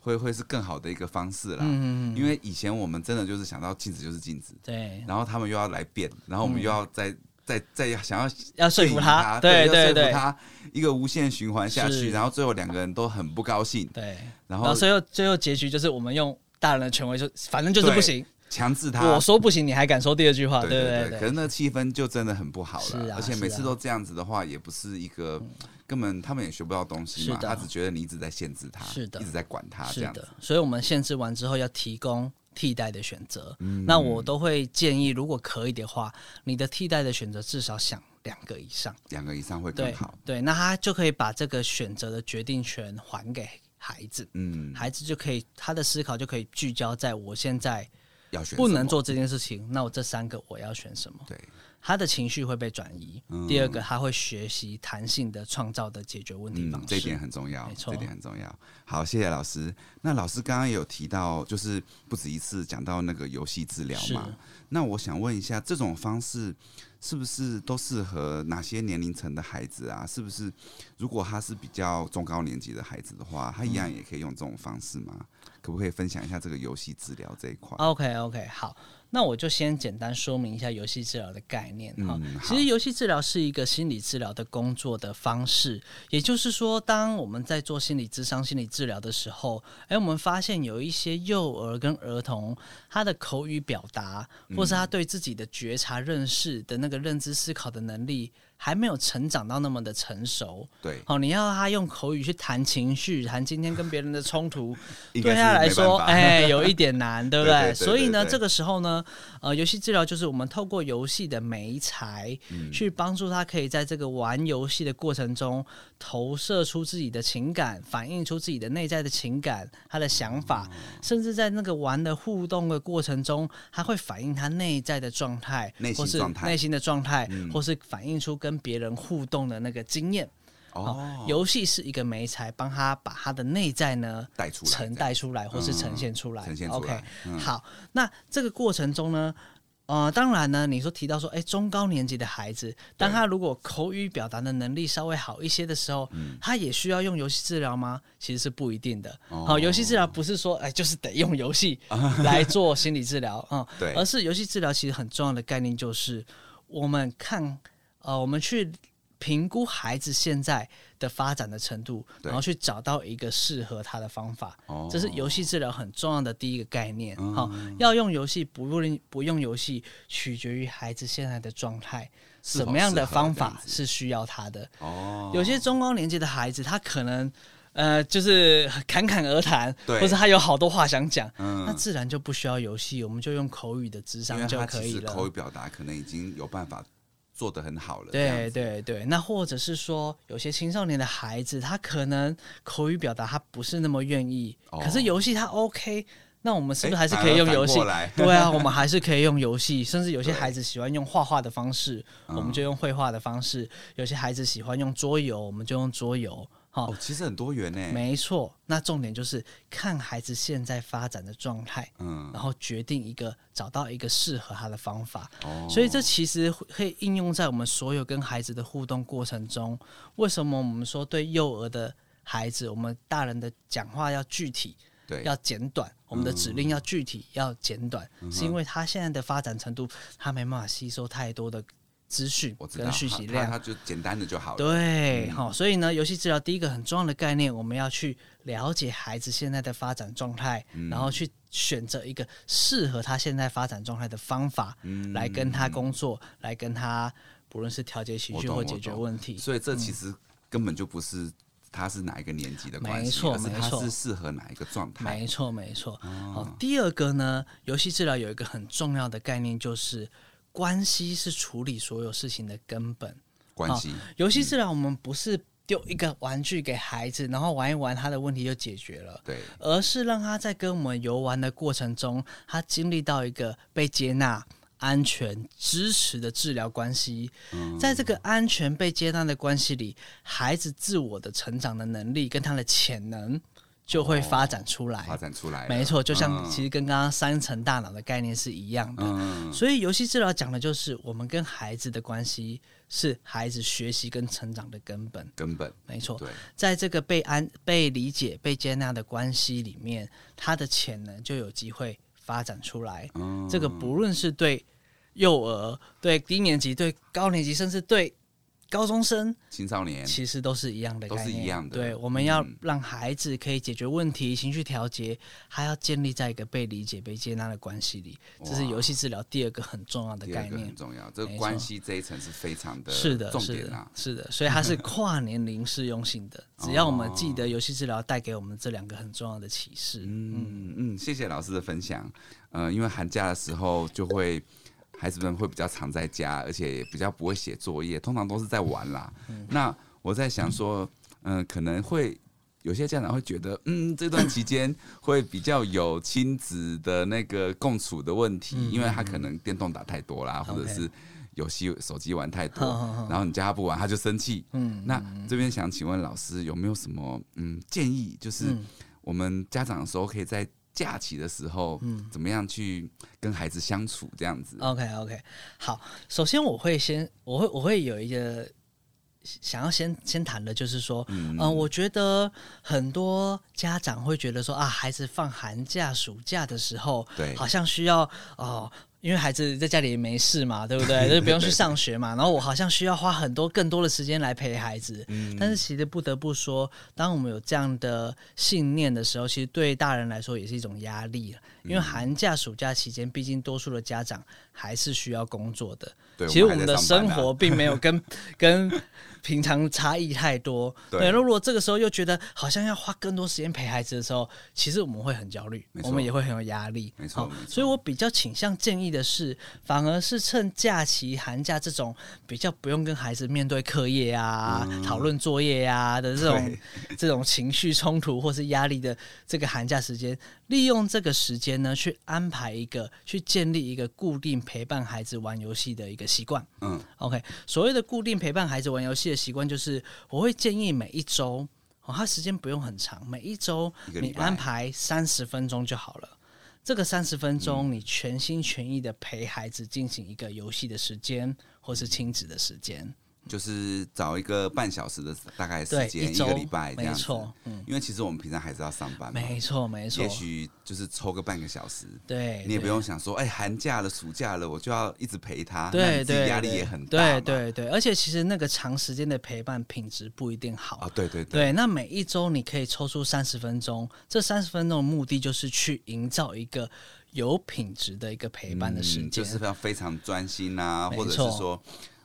Speaker 1: 会会是更好的一个方式啦。
Speaker 2: 嗯，
Speaker 1: 因为以前我们真的就是想到镜子就是镜子，
Speaker 2: 对，
Speaker 1: 然后他们又要来变，然后我们又要再、再再想要
Speaker 2: 嗯要说
Speaker 1: 电
Speaker 2: 服
Speaker 1: 影
Speaker 2: 他，
Speaker 1: 对
Speaker 2: 对
Speaker 1: 要
Speaker 2: 对
Speaker 1: 说服
Speaker 2: 对
Speaker 1: 他一个无限循环下去，
Speaker 2: 是
Speaker 1: 然后最后两个人都很不高兴，
Speaker 2: 对，
Speaker 1: 然
Speaker 2: 然后
Speaker 1: 后
Speaker 2: 最后最后结局就是我们用大人的权威说，反正就是不
Speaker 1: 对
Speaker 2: 行，
Speaker 1: 强制他。
Speaker 2: 我说不行，你还敢说第二句话？
Speaker 1: 对
Speaker 2: 啊
Speaker 1: 对
Speaker 2: 对
Speaker 1: 可
Speaker 2: 对
Speaker 1: 是那气氛就真的很不好
Speaker 2: 是
Speaker 1: 了，
Speaker 2: 啊
Speaker 1: 而且每次
Speaker 2: 是啊嗯
Speaker 1: 都这样子的话，也不是一个根本他们也学不到东西嘛，
Speaker 2: 是的
Speaker 1: 他只觉得你一直在限制他，
Speaker 2: 是的
Speaker 1: 一直在管他这
Speaker 2: 是
Speaker 1: 样子
Speaker 2: 的，所以我们限制完之后要提供替代的选择。
Speaker 1: 嗯
Speaker 2: 那我都会建议，如果可以的话，你的替代的选择至少想两个以上。
Speaker 1: 两个以上会更
Speaker 2: 对
Speaker 1: 好。
Speaker 2: 对，那他就可以把这个选择的决定权还给孩子，
Speaker 1: 嗯，
Speaker 2: 孩子就可以他的思考就可以聚焦在我现在
Speaker 1: 要选，
Speaker 2: 不能。做这件事情，那我这三个我要选什么？
Speaker 1: 对，
Speaker 2: 他的情绪会被转移。
Speaker 1: 嗯
Speaker 2: 第二个，他会学习弹性的创造的解决问题方
Speaker 1: 嗯
Speaker 2: 式。，
Speaker 1: 这一点很重要
Speaker 2: 没，错
Speaker 1: 这一点很重要。好，谢谢老师。那老师刚刚也有提到，就是不止一次讲到那个游戏治疗
Speaker 2: 是
Speaker 1: 嘛。那我想问一下，这种方式是不是都适合哪些年龄层的孩子啊？是不是如果他是比较中高年级的孩子的话，他一
Speaker 2: 嗯
Speaker 1: 样也可以用这种方式吗？可不可以分享一下这个游戏治疗这一块？
Speaker 2: OK OK，好，那我就先简单说明一下游戏治疗的概念哈。
Speaker 1: 嗯好
Speaker 2: 其实游戏治疗是一个心理治疗的工作的方式，也就是说，当我们在做心理智商、心理治疗的时候，哎、我们发现有一些幼儿跟儿童，他的口语表达，
Speaker 1: 嗯
Speaker 2: 或是他对自己的觉察、认识的那个认知思考的能力，还没有成长到那么的成熟。
Speaker 1: 对，
Speaker 2: 哦，你要他用口语去谈情绪，谈今天跟别人的冲突，
Speaker 1: 应该
Speaker 2: 对
Speaker 1: 是
Speaker 2: 他来
Speaker 1: 没办
Speaker 2: 说，
Speaker 1: 法
Speaker 2: 哎，有一点难，对不
Speaker 1: 对对对
Speaker 2: 所以
Speaker 1: 对
Speaker 2: 呢，
Speaker 1: 对
Speaker 2: 这个时候呢，呃，游戏治疗就是我们透过游戏的媒材，
Speaker 1: 嗯
Speaker 2: 去帮助他可以在这个玩游戏的过程中投射出自己的情感，反映出自己的内在的情感，他的想
Speaker 1: 嗯
Speaker 2: 法，甚至在那个玩的互动的过程中，他会反映他内在的状态
Speaker 1: 内，心
Speaker 2: 或是
Speaker 1: 状态嗯
Speaker 2: 内心的状态，或是反映出跟别人互动的那个经验。
Speaker 1: 哦，
Speaker 2: 游戏是一个媒材，帮他把他的内在呢
Speaker 1: 带出来嗯
Speaker 2: 呈带出来，或是呈现出来。
Speaker 1: 呈现出
Speaker 2: OK，
Speaker 1: 来、
Speaker 2: 好，那这个过程中呢，呃，当然呢，你说提到说，哎、中高年级的孩子，当他如果口语表达的能力稍微好一些的时候，
Speaker 1: 嗯
Speaker 2: 他也需要用游戏治疗吗？其实是不一定的。
Speaker 1: 哦
Speaker 2: 好、游戏治疗不是说，哎、就是得用 游戏来做心理治疗啊、
Speaker 1: 对
Speaker 2: 而是游戏治疗其实很重要的概念就是，我们看，呃，我们去。评估孩子现在的发展的程度，
Speaker 1: 对
Speaker 2: 然后去找到一个适合他的方法。
Speaker 1: 哦嗯
Speaker 2: 这是游戏治疗很重要的第一个概念。好、要用游戏，不论不用游戏，取决于孩子现在的状态，
Speaker 1: 是否
Speaker 2: 什么样的方
Speaker 1: 适合这
Speaker 2: 法
Speaker 1: 样子
Speaker 2: 是需要他的。
Speaker 1: 哦，
Speaker 2: 有些中高年级的孩子，他可能。呃，就是侃侃而谈，
Speaker 1: 对
Speaker 2: 或者他有好多话想讲，
Speaker 1: 嗯
Speaker 2: 那自然就不需要游戏，我们就用口语的智
Speaker 1: 因为
Speaker 2: 商就
Speaker 1: 他
Speaker 2: 可
Speaker 1: 其
Speaker 2: 以
Speaker 1: 实
Speaker 2: 了。
Speaker 1: 口语表达可能已经有办法做得很好了，这样
Speaker 2: 对
Speaker 1: 子
Speaker 2: 对对，那或者是说，有些青少年的孩子，他可能口语表达他不是那么愿意，
Speaker 1: 哦
Speaker 2: 可是游戏他 OK，那我们是不是
Speaker 1: 诶
Speaker 2: 还是
Speaker 1: 反
Speaker 2: 可以
Speaker 1: 而
Speaker 2: 用
Speaker 1: 反
Speaker 2: 游戏
Speaker 1: 过来？
Speaker 2: 对啊，我们还是可以用游戏，甚至有些
Speaker 1: 对嗯
Speaker 2: 孩子喜欢用画画的方式，我们就用绘画的方式；有些孩子喜欢用桌游，我们就用桌游。好、
Speaker 1: 哦，其实很多元呢，
Speaker 2: 没错，那重点就是看孩子现在发展的状态，
Speaker 1: 嗯，
Speaker 2: 然后决定一个找到一个适合他的方法。
Speaker 1: 哦
Speaker 2: 所以这其实会可以应用在我们所有跟孩子的互动过程中。为什么我们说对幼儿的孩子，我们大人的讲话要具体，
Speaker 1: 对，
Speaker 2: 要简短，我们的指
Speaker 1: 嗯
Speaker 2: 令要具体，要简短，是因为他现在的发展程度，他没办法吸收太多的资讯
Speaker 1: 我知道
Speaker 2: 跟讯息
Speaker 1: 他
Speaker 2: 量。
Speaker 1: 他就简单的嗯就好了，
Speaker 2: 对，好、所以呢，游戏治疗第一个很重要的概念，我们要去了解孩子现在的发展状态，
Speaker 1: 嗯
Speaker 2: 然后去选择一个适合他现在发展状态的方法，
Speaker 1: 嗯
Speaker 2: 来跟他工作，来跟他不论是调节情
Speaker 1: 我
Speaker 2: 绪
Speaker 1: 懂
Speaker 2: 或
Speaker 1: 我
Speaker 2: 解决
Speaker 1: 懂
Speaker 2: 问题。
Speaker 1: 嗯所以这其实根本就不是他是哪一个年级的关
Speaker 2: 没
Speaker 1: 系，
Speaker 2: 错
Speaker 1: 而是
Speaker 2: 没
Speaker 1: 他
Speaker 2: 错
Speaker 1: 是适合哪一个状态，
Speaker 2: 没错，没错。
Speaker 1: 啊
Speaker 2: 好，第二个呢，游戏治疗有一个很重要的概念，就是关系是处理所有事情的根本。
Speaker 1: 嗯关系
Speaker 2: 游戏治疗我们不是丢一个玩具给孩子，然后玩一玩，他的问题就解决了。
Speaker 1: 对，
Speaker 2: 而是让他在跟我们游玩的过程中，他经历到一个被接纳、安全、支持的治疗关系。
Speaker 1: 嗯
Speaker 2: 在这个安全被接纳的关系里，孩子自我的成长的能力跟他的潜能就会发展出来。
Speaker 1: 哦发展出来了，
Speaker 2: 没错，就像
Speaker 1: 嗯
Speaker 2: 其实跟刚刚三层大脑的概念是一样的。
Speaker 1: 嗯，
Speaker 2: 所以游戏治疗讲的就是我们跟孩子的关系是孩子学习跟成长的根本。
Speaker 1: 根本
Speaker 2: 没错，
Speaker 1: 对，
Speaker 2: 在这个被安、被理解、被接纳的关系里面，他的潜能就有机会发展出来。
Speaker 1: 嗯，
Speaker 2: 这个不论是对幼儿、对低年级、对高年级，甚至对高中生，
Speaker 1: 青少年
Speaker 2: 其实都是一样的概
Speaker 1: 嗯
Speaker 2: 念，
Speaker 1: 都是一样的嗯
Speaker 2: 对，我们要让孩子可以解决问题、情绪调节，还要建立在一个被理解、被接纳的关系里。这是游戏治疗第二个很重要的
Speaker 1: 第
Speaker 2: 概
Speaker 1: 二个
Speaker 2: 念
Speaker 1: 很。重要，这
Speaker 2: 没
Speaker 1: 个
Speaker 2: 错
Speaker 1: 关系这一层是非常的
Speaker 2: 是的，
Speaker 1: 重
Speaker 2: 是
Speaker 1: 点
Speaker 2: 的
Speaker 1: 啊，，哦
Speaker 2: 是的，所以它是跨年龄适用性的。只要我们记得游戏治疗带给我们这两个很重要的启示，
Speaker 1: 嗯嗯，谢谢老师的分享。呃，因为寒假的时候就会。孩子们会比较常在家，而且也比较不会呃写作业，通常都是在玩啦。那我在想说，嗯、可能会有些家长会觉得，嗯，这段期间会比较有亲子的那个共处的问题，因为他可能电动打太多啦，或者
Speaker 2: 嗯 OK
Speaker 1: 是游戏手机玩太多
Speaker 2: 好好，好
Speaker 1: 然后你叫他不玩，他就生气。
Speaker 2: 嗯
Speaker 1: 那这边想请问老师有没有什么嗯建议，就是
Speaker 2: 嗯
Speaker 1: 我们家长的时候可以在假期的时候，
Speaker 2: 嗯
Speaker 1: 怎么样去跟孩子相处这样子？
Speaker 2: OK OK，好，首先我会先，我会我会有一个想要先先谈的，就是说，嗯、我觉得很多家长会觉得说啊，孩子放寒假、暑假的时候，
Speaker 1: 对
Speaker 2: 好像需要哦。因为孩子在家里也没事嘛，对不 对？就不用去上学嘛。然后我好像需要花很多更多的时间来陪孩子，
Speaker 1: 嗯
Speaker 2: 但是其实不得不说，当我们有这样的信念的时候，其实对大人来说也是一种压力了。
Speaker 1: 嗯
Speaker 2: 因为寒假、暑假期间，毕竟多数的家长还是需要工作的。
Speaker 1: 对，
Speaker 2: 其实我
Speaker 1: 还
Speaker 2: 们
Speaker 1: 在
Speaker 2: 的
Speaker 1: 上
Speaker 2: 生
Speaker 1: 班啊
Speaker 2: 活并没 有跟跟平常差异太多。
Speaker 1: 对
Speaker 2: 那如果这个时候又觉得好像要花更多时间陪孩子的时候，其实我们会很焦虑
Speaker 1: 没，错
Speaker 2: 我们也会很有压力。
Speaker 1: 没错
Speaker 2: 好
Speaker 1: 没错
Speaker 2: 所以我比较倾向建议的是，反而是趁假期、寒假这种比较不用跟孩子面对课业啊、讨论作业啊的这种
Speaker 1: 对
Speaker 2: 这种情绪冲突或是压力的这个寒假时间，利用这个时间呢，去安排一个，去建立一个固定陪伴孩子玩游戏的一个习惯。
Speaker 1: 嗯
Speaker 2: OK，所谓的固定陪伴孩子玩游戏的习惯，就是我会建议每一周，哦，它时间不用很长，每一周
Speaker 1: 一个礼
Speaker 2: 你
Speaker 1: 拜
Speaker 2: 安排三十分钟就好了。这个三十分
Speaker 1: 嗯
Speaker 2: 钟，你全心全意的陪孩子进行一个游戏的时间，或是亲子的时间，
Speaker 1: 就是找一个半小时的大概时
Speaker 2: 对，
Speaker 1: 间，一
Speaker 2: 周
Speaker 1: 个礼拜这
Speaker 2: 没
Speaker 1: 样子。
Speaker 2: 错，嗯，
Speaker 1: 因为其实我们平常还是要上班嘛，
Speaker 2: 没错，没
Speaker 1: 嗯
Speaker 2: 错
Speaker 1: 也，许就是抽个半个小时，
Speaker 2: 对，
Speaker 1: 你也
Speaker 2: 对
Speaker 1: 不用想说，哎、寒假了、暑假了，我就要一直陪他，那
Speaker 2: 对
Speaker 1: 你自己
Speaker 2: 对，
Speaker 1: 压力
Speaker 2: 对
Speaker 1: 也很大嘛
Speaker 2: 对对对，而且其实那个长时间的陪伴品质不一定好。
Speaker 1: 啊，对对对，
Speaker 2: 对，那每一周你可以抽出三十分钟，这三十分钟的目的就是去营造一个有品质的一个陪伴的时
Speaker 1: 嗯
Speaker 2: 间。
Speaker 1: 就是要非常专心啊，
Speaker 2: 没
Speaker 1: 或者
Speaker 2: 错
Speaker 1: 是说。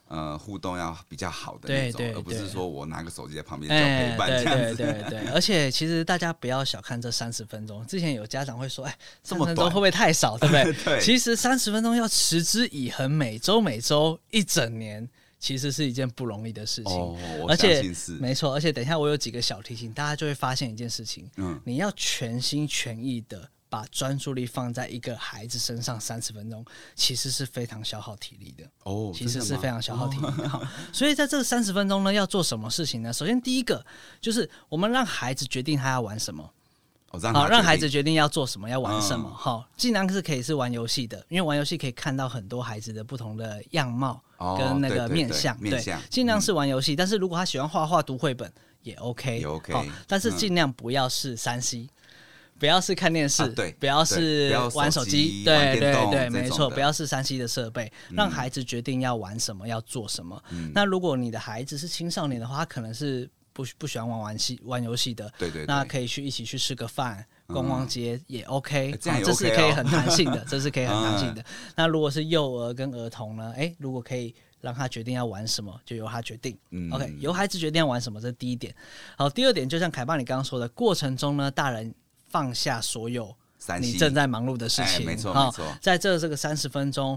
Speaker 1: 呃，互动要比较好的
Speaker 2: 对
Speaker 1: 那种，
Speaker 2: 对
Speaker 1: 而不是
Speaker 2: 对
Speaker 1: 说我拿个手机在旁边叫
Speaker 2: 哎
Speaker 1: 陪伴这样
Speaker 2: 对对
Speaker 1: 子。
Speaker 2: 对对，而且其实大家不要小看这三十分钟。之前有家长会说，哎，
Speaker 1: 这
Speaker 2: 三
Speaker 1: 么
Speaker 2: 十分钟
Speaker 1: 短
Speaker 2: 会不会太少，对不对？
Speaker 1: 对
Speaker 2: 其实三十分钟要持之以恒，每周每周一整年，其实是一件不容易的事情。
Speaker 1: 哦，我
Speaker 2: 而
Speaker 1: 相
Speaker 2: 且
Speaker 1: 信是，
Speaker 2: 没错，而且等一下我有几个小提醒，大家就会发现一件事情，
Speaker 1: 嗯
Speaker 2: 你要全心全意的把专注力放在一个孩子身上三十分钟，其实是非常消耗体力的。
Speaker 1: 哦，
Speaker 2: 其
Speaker 1: 真
Speaker 2: 实
Speaker 1: 的
Speaker 2: 是
Speaker 1: 吗哦
Speaker 2: 非常消耗体力的。好， 所以在这三十分钟呢，要做什么事情呢？首先，第一个就是我们让孩子决定他要玩什么，
Speaker 1: 哦，让
Speaker 2: 好，
Speaker 1: 他
Speaker 2: 让
Speaker 1: 决
Speaker 2: 孩
Speaker 1: 定
Speaker 2: 子决定要做什么，要玩什么。
Speaker 1: 嗯
Speaker 2: 好，尽量是可以是玩游戏的，因为玩游戏可以看到很多孩子的不同的样貌
Speaker 1: 哦
Speaker 2: 跟那
Speaker 1: 对
Speaker 2: 个
Speaker 1: 对
Speaker 2: 面
Speaker 1: 对
Speaker 2: 相，
Speaker 1: 面相嗯
Speaker 2: 尽量是玩游戏。但是如果他喜欢画画、读绘本，也 OK，
Speaker 1: 也 OK，
Speaker 2: 好但是
Speaker 1: 嗯
Speaker 2: 尽量不要是三 C。不要是看电视，
Speaker 1: 啊对
Speaker 2: 不要
Speaker 1: 对
Speaker 2: 是
Speaker 1: 不要
Speaker 2: 玩
Speaker 1: 手
Speaker 2: 手
Speaker 1: 机
Speaker 2: 机，
Speaker 1: 玩
Speaker 2: 对
Speaker 1: 电
Speaker 2: 对
Speaker 1: 动
Speaker 2: 对，
Speaker 1: 这
Speaker 2: 没
Speaker 1: 种
Speaker 2: 错，
Speaker 1: 的嗯
Speaker 2: 不要是三 C 的设备，让孩子决定要玩什么，要做什么。那如果你的孩子是青少年的话，他可能是不不喜欢玩玩戏、玩游戏的，
Speaker 1: 对对对
Speaker 2: 那可以去一起去吃个饭、逛逛街也 OK，、
Speaker 1: 嗯这样也
Speaker 2: 这是
Speaker 1: OK
Speaker 2: 可以
Speaker 1: 哦嗯
Speaker 2: 很弹 性的，这是可以很弹性的。那如果是幼儿跟儿童呢？诶，如果可以让他决定要玩什么，就由他决定。
Speaker 1: 嗯
Speaker 2: OK，由孩子决定要玩什么，这是第一点。好，第二点，就像凯爸你刚刚说的，过程中呢，大人放下所有
Speaker 1: 三
Speaker 2: 你
Speaker 1: 星
Speaker 2: 正在忙碌的事
Speaker 1: 哎
Speaker 2: 情，
Speaker 1: 没错
Speaker 2: 好
Speaker 1: 没错
Speaker 2: 在这这个三十分钟，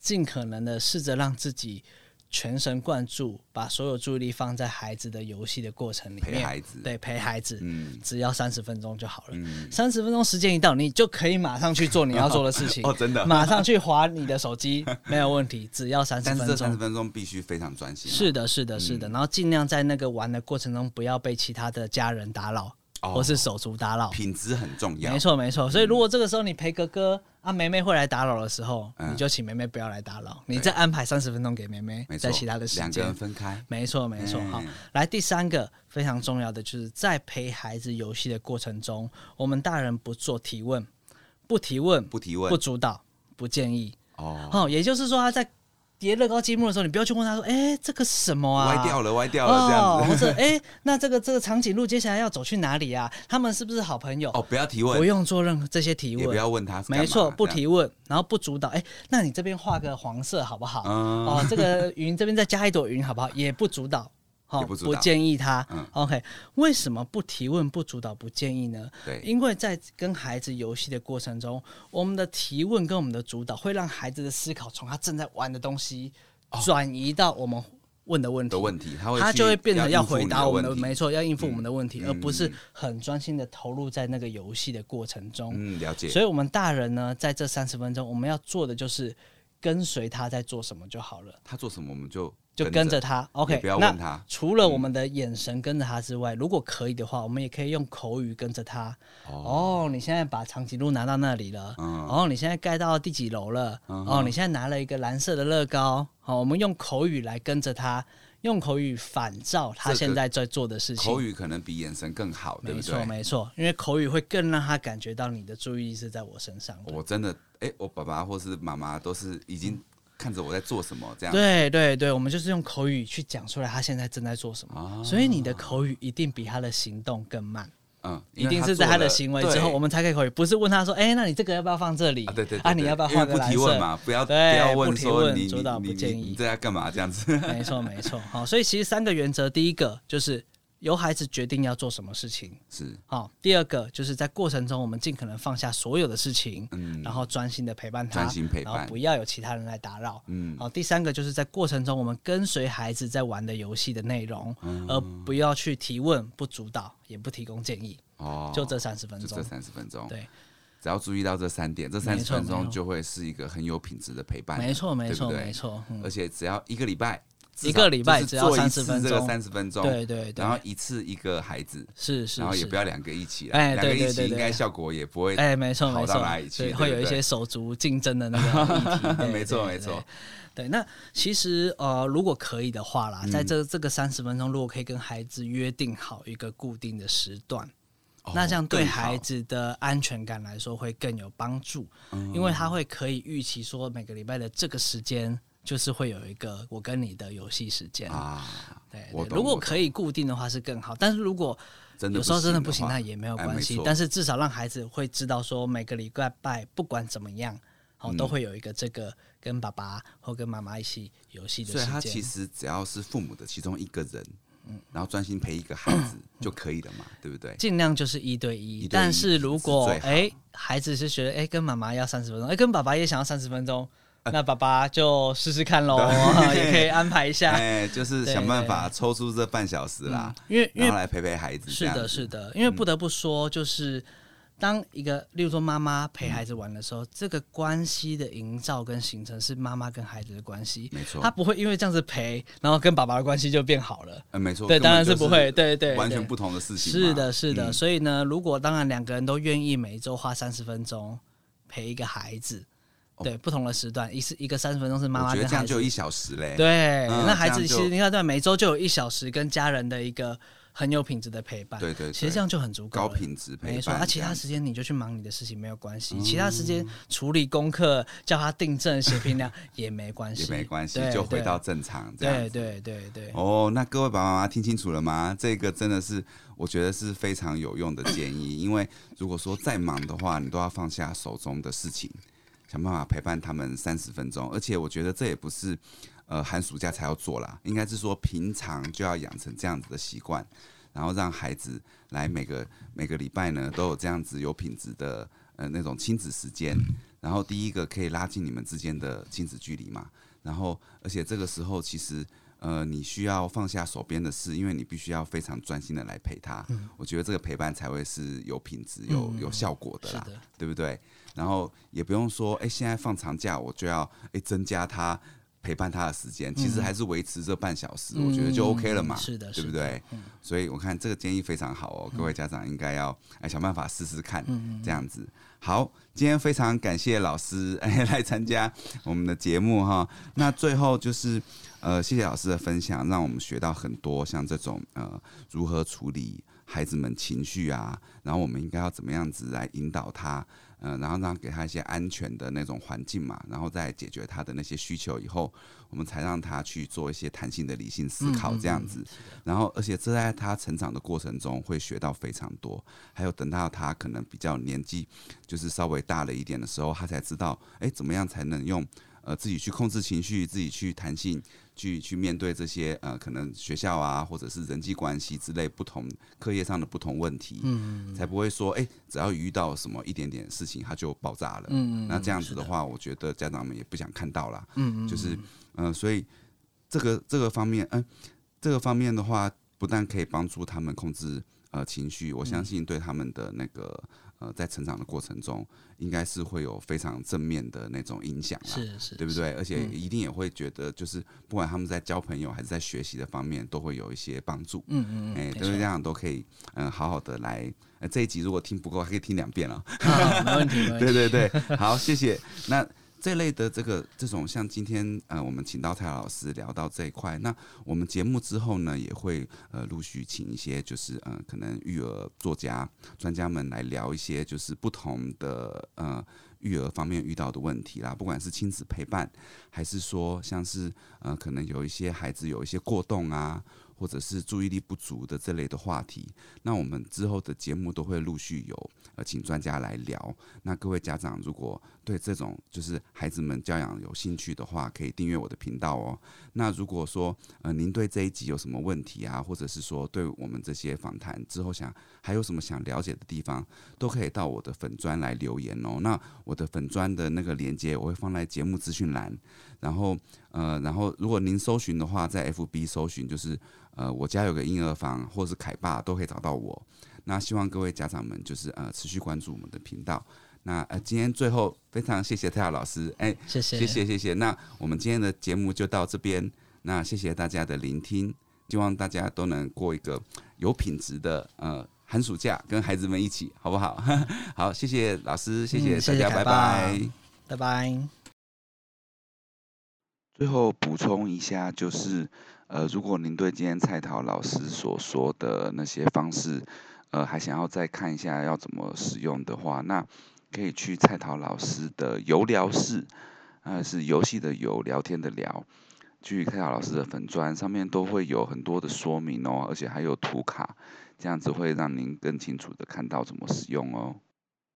Speaker 2: 尽可能的试着让自己全神贯注，把所有注意力放在孩子的游戏的过程里面，
Speaker 1: 陪孩子
Speaker 2: 对陪孩子，
Speaker 1: 嗯
Speaker 2: 只要三十分钟就好了。
Speaker 1: 嗯，
Speaker 2: 三十分钟时间一到，你就可以马上去做你要做的事情。
Speaker 1: 哦真的
Speaker 2: 马上去划你的手机，没有问题，只要三十
Speaker 1: 但是
Speaker 2: 分
Speaker 1: 这三十
Speaker 2: 钟。
Speaker 1: 分钟必须非常专心啊，
Speaker 2: 是的，是的，是的。然后尽量在那个玩的过程中，不要被其他的家人打扰，
Speaker 1: 哦
Speaker 2: 或是手足打扰。
Speaker 1: 品质很重要，
Speaker 2: 没错，没错。所以如果这个时候你陪哥哥啊，梅梅会来打扰的时候，
Speaker 1: 嗯
Speaker 2: 你就请梅梅不要来打扰，你再安排三十分钟给梅梅
Speaker 1: 没，错，
Speaker 2: 在其他的时
Speaker 1: 两个
Speaker 2: 间
Speaker 1: 人。分开，
Speaker 2: 没错，没错。好
Speaker 1: 嗯，
Speaker 2: 来第三个非常重要的就是在陪孩子游戏的过程中，我们大人不做提问，不提问，
Speaker 1: 不提问
Speaker 2: 不主导，不建议。
Speaker 1: 哦，
Speaker 2: 哦，也就是说他在叠乐高积木的时候，你不要去问他说：“哎、这个是什么啊？”
Speaker 1: 歪掉了，歪掉了这
Speaker 2: 哦，
Speaker 1: 样
Speaker 2: 或
Speaker 1: 子，
Speaker 2: 者哎、那这个这个长颈鹿接下来要走去哪里啊？他们是不是好朋友？
Speaker 1: 哦，不要提
Speaker 2: 不
Speaker 1: 问，
Speaker 2: 用做任何这些提
Speaker 1: 也不
Speaker 2: 问，
Speaker 1: 要问他，
Speaker 2: 没错，不，
Speaker 1: 这样
Speaker 2: 提问，然后不主导。哎、那你这边画个黄色好不好？
Speaker 1: 嗯
Speaker 2: 哦，这个云这边再加一朵云好不好？也不主导，好、
Speaker 1: 也不
Speaker 2: 不
Speaker 1: 主导
Speaker 2: 建议他。
Speaker 1: 嗯
Speaker 2: OK，为什么不提问、不主导、不建议呢？
Speaker 1: 对，
Speaker 2: 因为在跟孩子游戏的过程中，我们的提问
Speaker 1: 哦
Speaker 2: 跟我们的主导会让孩子的思考从他正在玩的东西转移到我们问的问题
Speaker 1: 的。问题，他会
Speaker 2: 他
Speaker 1: 去
Speaker 2: 就会变成
Speaker 1: 要
Speaker 2: 要
Speaker 1: 应付
Speaker 2: 回
Speaker 1: 你
Speaker 2: 答我们
Speaker 1: 的
Speaker 2: 的，
Speaker 1: 问题
Speaker 2: 没错，要应付我们的问题，
Speaker 1: 嗯
Speaker 2: 而不是很专心的投入在那个游戏的过程中。
Speaker 1: 嗯，了解。
Speaker 2: 所以，我们大人呢，在这三十分钟，我们要做的就是跟随他在做什么就好了，
Speaker 1: 他做什么我们就
Speaker 2: 就跟
Speaker 1: 跟
Speaker 2: 着他。OK，
Speaker 1: 也不要
Speaker 2: 那
Speaker 1: 问他。
Speaker 2: 除了我们的眼神跟着他之外，如果可以的话，我们也可以用口语跟着他。哦，你现在把长颈鹿拿到那里了。
Speaker 1: 嗯，
Speaker 2: 哦，你现在盖到第几楼了？
Speaker 1: 嗯
Speaker 2: 哦，你现在拿了一个蓝色的乐高。好、我们用口语来跟着他，用口语反照他
Speaker 1: 这个
Speaker 2: 现在在做的事情。
Speaker 1: 口语可能比眼神更好，对
Speaker 2: 没
Speaker 1: 不
Speaker 2: 错，
Speaker 1: 对？
Speaker 2: 没错，因为口语会更让他感觉到你的注意力是在我身上的。
Speaker 1: 我真的，哎，我爸爸或是妈妈都是已经看着我在做什么这样。
Speaker 2: 对对对，我们就是用口语去讲出来他现在正在做什么，
Speaker 1: 啊
Speaker 2: 所以你的口语一定比他的行动更慢。
Speaker 1: 嗯，
Speaker 2: 一定是在他
Speaker 1: 他
Speaker 2: 的行为之后，我
Speaker 1: 们
Speaker 2: 们才可以口语，不是问他说：“哎、那你这个要不要放这里？
Speaker 1: 啊，对对对
Speaker 2: 你
Speaker 1: 对
Speaker 2: 要不要
Speaker 1: 因为
Speaker 2: 换个
Speaker 1: 不
Speaker 2: 蓝
Speaker 1: 提
Speaker 2: 色
Speaker 1: 问？”嘛，不要不
Speaker 2: 对
Speaker 1: 要
Speaker 2: 不
Speaker 1: 问
Speaker 2: 提
Speaker 1: 说
Speaker 2: 问
Speaker 1: 你
Speaker 2: 主导
Speaker 1: 你
Speaker 2: 不
Speaker 1: 你
Speaker 2: 建
Speaker 1: 你
Speaker 2: 议
Speaker 1: 你在干嘛这样子？
Speaker 2: 没错，没错。好，所以其实三个原则，第一个就是由孩子决定要做什么事情。
Speaker 1: 是，
Speaker 2: 好，第二个就是在过程中，我们尽可能放下所有的事情，
Speaker 1: 嗯
Speaker 2: 然后专心的陪伴他，
Speaker 1: 专心陪
Speaker 2: 然后
Speaker 1: 伴
Speaker 2: 不，要有其他人来打扰。
Speaker 1: 嗯，
Speaker 2: 好，第三个就是在过程中，我们跟随孩子在玩的游戏的内容，
Speaker 1: 嗯
Speaker 2: 而不要去提问、不主导、也不提供建议。
Speaker 1: 哦，
Speaker 2: 就这三十分
Speaker 1: 就
Speaker 2: 钟
Speaker 1: 这，三十分钟，
Speaker 2: 对，
Speaker 1: 只要注意到这三点，这三
Speaker 2: 没
Speaker 1: 十
Speaker 2: 错
Speaker 1: 分
Speaker 2: 没
Speaker 1: 钟
Speaker 2: 错
Speaker 1: 就会是一个很有品质的陪伴了，
Speaker 2: 没错，没
Speaker 1: 对不
Speaker 2: 错，
Speaker 1: 对
Speaker 2: 没错。嗯
Speaker 1: 而且只要一个礼拜，
Speaker 2: 一个礼拜
Speaker 1: 至
Speaker 2: 只
Speaker 1: 少
Speaker 2: 要
Speaker 1: 就是做一
Speaker 2: 30
Speaker 1: 次
Speaker 2: 分钟
Speaker 1: 这个三十分钟，
Speaker 2: 对对对
Speaker 1: 然，后一次一个孩子，
Speaker 2: 是是，
Speaker 1: 然后也
Speaker 2: 是
Speaker 1: 不要两个一起啦，
Speaker 2: 哎
Speaker 1: 两个
Speaker 2: 对对
Speaker 1: 一起
Speaker 2: 对对
Speaker 1: 应该效果也不会，
Speaker 2: 哎，没错
Speaker 1: 跑
Speaker 2: 没
Speaker 1: 到
Speaker 2: 错
Speaker 1: 哪里，去
Speaker 2: 对
Speaker 1: 对
Speaker 2: 会
Speaker 1: 不
Speaker 2: 有一
Speaker 1: 对
Speaker 2: 些手足竞争的那个 议题对
Speaker 1: 没错
Speaker 2: 对
Speaker 1: 没错
Speaker 2: 对，对那其实呃，如果可以的话啦，
Speaker 1: 嗯
Speaker 2: 在这这个三十分钟，如果可以跟孩子约定好一个固定的时段，
Speaker 1: 哦
Speaker 2: 那这样对孩，
Speaker 1: 更好
Speaker 2: 子的安全感来说会更有帮助，
Speaker 1: 嗯
Speaker 2: 因为他会可以预期说每个礼拜的这个时间。就是会有一个我跟你的游戏时间，
Speaker 1: 啊，
Speaker 2: 对
Speaker 1: 我
Speaker 2: 对，
Speaker 1: 懂
Speaker 2: 如果
Speaker 1: 我
Speaker 2: 可以固定的话是更好，但是如果
Speaker 1: 真的
Speaker 2: 有时候真的不行，
Speaker 1: 话
Speaker 2: 那也没有
Speaker 1: 哎
Speaker 2: 关
Speaker 1: 没
Speaker 2: 系
Speaker 1: 错。
Speaker 2: 但是至少让孩子会知道说，每个礼拜不管怎么样，
Speaker 1: 嗯
Speaker 2: 哦，都会有一个这个跟爸爸或跟妈妈一起游戏的
Speaker 1: 所以他
Speaker 2: 时
Speaker 1: 其
Speaker 2: 间。嗯
Speaker 1: 实只要是父母的其中一个人，然后专心陪一个孩子就可以了嘛，对不对？
Speaker 2: 尽量就是一对
Speaker 1: 一
Speaker 2: 一，
Speaker 1: 对一
Speaker 2: 但是如果
Speaker 1: 是最好
Speaker 2: 哎、孩子是觉得哎、跟妈妈要三十分钟，哎、跟爸爸也想要三十 分钟，那爸爸就试试看喽，也可以安排一下。
Speaker 1: 哎，就是
Speaker 2: 对嗯
Speaker 1: 想办
Speaker 2: 对
Speaker 1: 法抽出这半小时啦，
Speaker 2: 因为因
Speaker 1: 然
Speaker 2: 为
Speaker 1: 后来陪陪孩子，
Speaker 2: 是
Speaker 1: 这样
Speaker 2: 的，
Speaker 1: 子嗯
Speaker 2: 是的，因为不得不说，就是当一个，例如说妈妈陪孩子玩的时候，这个关系的营造跟形成是妈妈跟孩子的关系，
Speaker 1: 没错
Speaker 2: 他不会因为这样子陪，然后跟爸爸的关系就变好了。
Speaker 1: 呃，没错，
Speaker 2: 对，
Speaker 1: 根本
Speaker 2: 当然
Speaker 1: 就是
Speaker 2: 不会，对对，
Speaker 1: 完全
Speaker 2: 对
Speaker 1: 不同的事情嘛。
Speaker 2: 是的，是的。
Speaker 1: 嗯
Speaker 2: 所以呢，如果当然两个人都愿意每一周花三十分钟陪一个孩子，对不同的时段，一是一个三十分钟是妈
Speaker 1: 哦我
Speaker 2: 妈
Speaker 1: 觉
Speaker 2: 跟
Speaker 1: 得这
Speaker 2: 孩
Speaker 1: 样
Speaker 2: 子
Speaker 1: 就有一小时嘞。
Speaker 2: 对，
Speaker 1: 嗯
Speaker 2: 那孩
Speaker 1: 这
Speaker 2: 子
Speaker 1: 样
Speaker 2: 其
Speaker 1: 就
Speaker 2: 实你看，对，每周就有一小时跟家人的一个很有品质的陪伴。
Speaker 1: 对对对
Speaker 2: 其实这样就很足够
Speaker 1: 高
Speaker 2: 了。
Speaker 1: 品质陪伴，
Speaker 2: 没错，那、
Speaker 1: 这
Speaker 2: 其
Speaker 1: 样嗯
Speaker 2: 他时间你就去忙你的事情，没有关系。其他时间处理功课、叫他订正、写评量 也没关系，
Speaker 1: 也没关系
Speaker 2: 对，
Speaker 1: 就回
Speaker 2: 对
Speaker 1: 到正常这样
Speaker 2: 对
Speaker 1: 子。
Speaker 2: 对对对，
Speaker 1: 哦，那各位爸爸妈妈听清楚了吗？这个真的是我觉得是非常有用的建议，因为如果说再忙的话，你都要放下手中的事情，想办法陪伴他们三十分钟。而且我觉得这也不是呃寒暑假才要做啦，应该是说平常就要养成这样子的习惯，然后让孩子来每个每个礼拜呢都有这样子有品质的呃那种亲子时间。
Speaker 2: 嗯
Speaker 1: 然后第一个可以拉近你们之间的亲子距离嘛，然后而且这个时候其实呃，你需要放下手边的事，因为你必须要非常专心的来陪他。
Speaker 2: 嗯
Speaker 1: 我觉得这个陪伴才会是有品质、有有效果的
Speaker 2: 是
Speaker 1: 啦，
Speaker 2: 的，
Speaker 1: 对不对？然后也不用说，哎、现在放长假我就要哎、诶增加他陪伴他的时间，其实还是维持这半小时，我觉得就 OK 了嘛，
Speaker 2: 嗯嗯是的
Speaker 1: 对不
Speaker 2: 是的
Speaker 1: 对？所以我看这个建议非常好哦，各位家长应该要哎想办法试试看，这样子。好，今天非常感谢老师哎来参加我们的节目哈。那最后就是呃，谢谢老师的分享，让我们学到很多像这种呃如何处理孩子们情绪啊，然后我们应该要怎么样子来引导他，嗯、然后让给他一些安全的那种环境嘛，然后再解决他的那些需求以后，我们才让他去做一些弹性的理性思考这样子。然后，而且这在他成长的过程中会学到非常多，还有等到他可能比较年纪就是稍微大了一点的时候，他才知道，哎、怎么样才能用呃自己去控制情绪，自己去弹性。去去面对这些呃，可能学校啊，或者是人际关系之类不同课业上的不同问题，嗯，才不会说，哎、只要遇到什么一点点事情，他就爆炸了，
Speaker 2: 嗯嗯
Speaker 1: 那这样
Speaker 2: 是
Speaker 1: 子
Speaker 2: 的
Speaker 1: 的话，我觉得家长们也不想看到啦，
Speaker 2: 嗯嗯，
Speaker 1: 就是嗯、呃所以这个这个方面，嗯、这个方面的话，不但可以帮助他们控制呃情绪，我
Speaker 2: 嗯
Speaker 1: 相信对他们的那个呃在成长的过程中，应该是会有非常正面的那种影响啦。
Speaker 2: 是是，
Speaker 1: 对不对？而且
Speaker 2: 嗯
Speaker 1: 一定也会觉得，就是不管他们在交朋友还是在学习的方面，都会有一些帮助。
Speaker 2: 嗯嗯嗯，
Speaker 1: 哎、
Speaker 2: 没
Speaker 1: 都
Speaker 2: 错
Speaker 1: 是这样都可以，嗯，好好的来。呃，这一集如果听不够，还可以听两遍了。
Speaker 2: 啊没问题，没问
Speaker 1: 对
Speaker 2: 题。
Speaker 1: 对对，好，谢谢。那这类的这个这种，像今天呃，我们请到蔡老师聊到这一块，那我们节目之后呢，也会呃陆续请一些就是呃可能育儿作家专家们来聊一些就是不同的呃育儿方面遇到的问题啦，不管是亲子陪伴，还是说像是呃可能有一些孩子有一些过动啊。或者是注意力不足的这类的话题，那我们之后的节目都会陆续有呃请专家来聊。那各位家长如果对这种就是孩子们教养有兴趣的话，可以订阅我的频道哦。那如果说呃您对这一集有什么问题啊，或者是说对我们这些访谈之后想还有什么想了解的地方，都可以到我的粉砖来留言哦。那我的粉砖的那个链接我会放在节目资讯栏，然后呃，然后如果您搜寻的话，在 FB 搜寻就是呃我家有个婴儿房或是凯爸都可以找到我。那希望各位家长们就是呃持续关注我们的频道。那呃，今天最后非常谢谢泰雅老师，哎、
Speaker 2: 谢谢
Speaker 1: 谢谢谢谢。那我们今天的节目就到这边，那谢谢大家的聆听，希望大家都能过一个有品质的呃寒暑假，跟孩子们一起，好不好？ 好，谢谢老师，谢谢
Speaker 2: 嗯
Speaker 1: 大
Speaker 2: 谢谢
Speaker 1: 家，
Speaker 2: 凯
Speaker 1: 拜
Speaker 2: 爸
Speaker 1: 拜。
Speaker 2: 拜拜。
Speaker 1: 最后补充一下，就是呃，如果您对今天蔡桃老师所说的那些方式，呃，还想要再看一下要怎么使用的话，那可以去蔡桃老师的游聊室，呃，是游戏的游，聊天的聊，去蔡桃老师的粉砖上面都会有很多的说明哦，而且还有图卡，这样子会让您更清楚的看到怎么使用哦。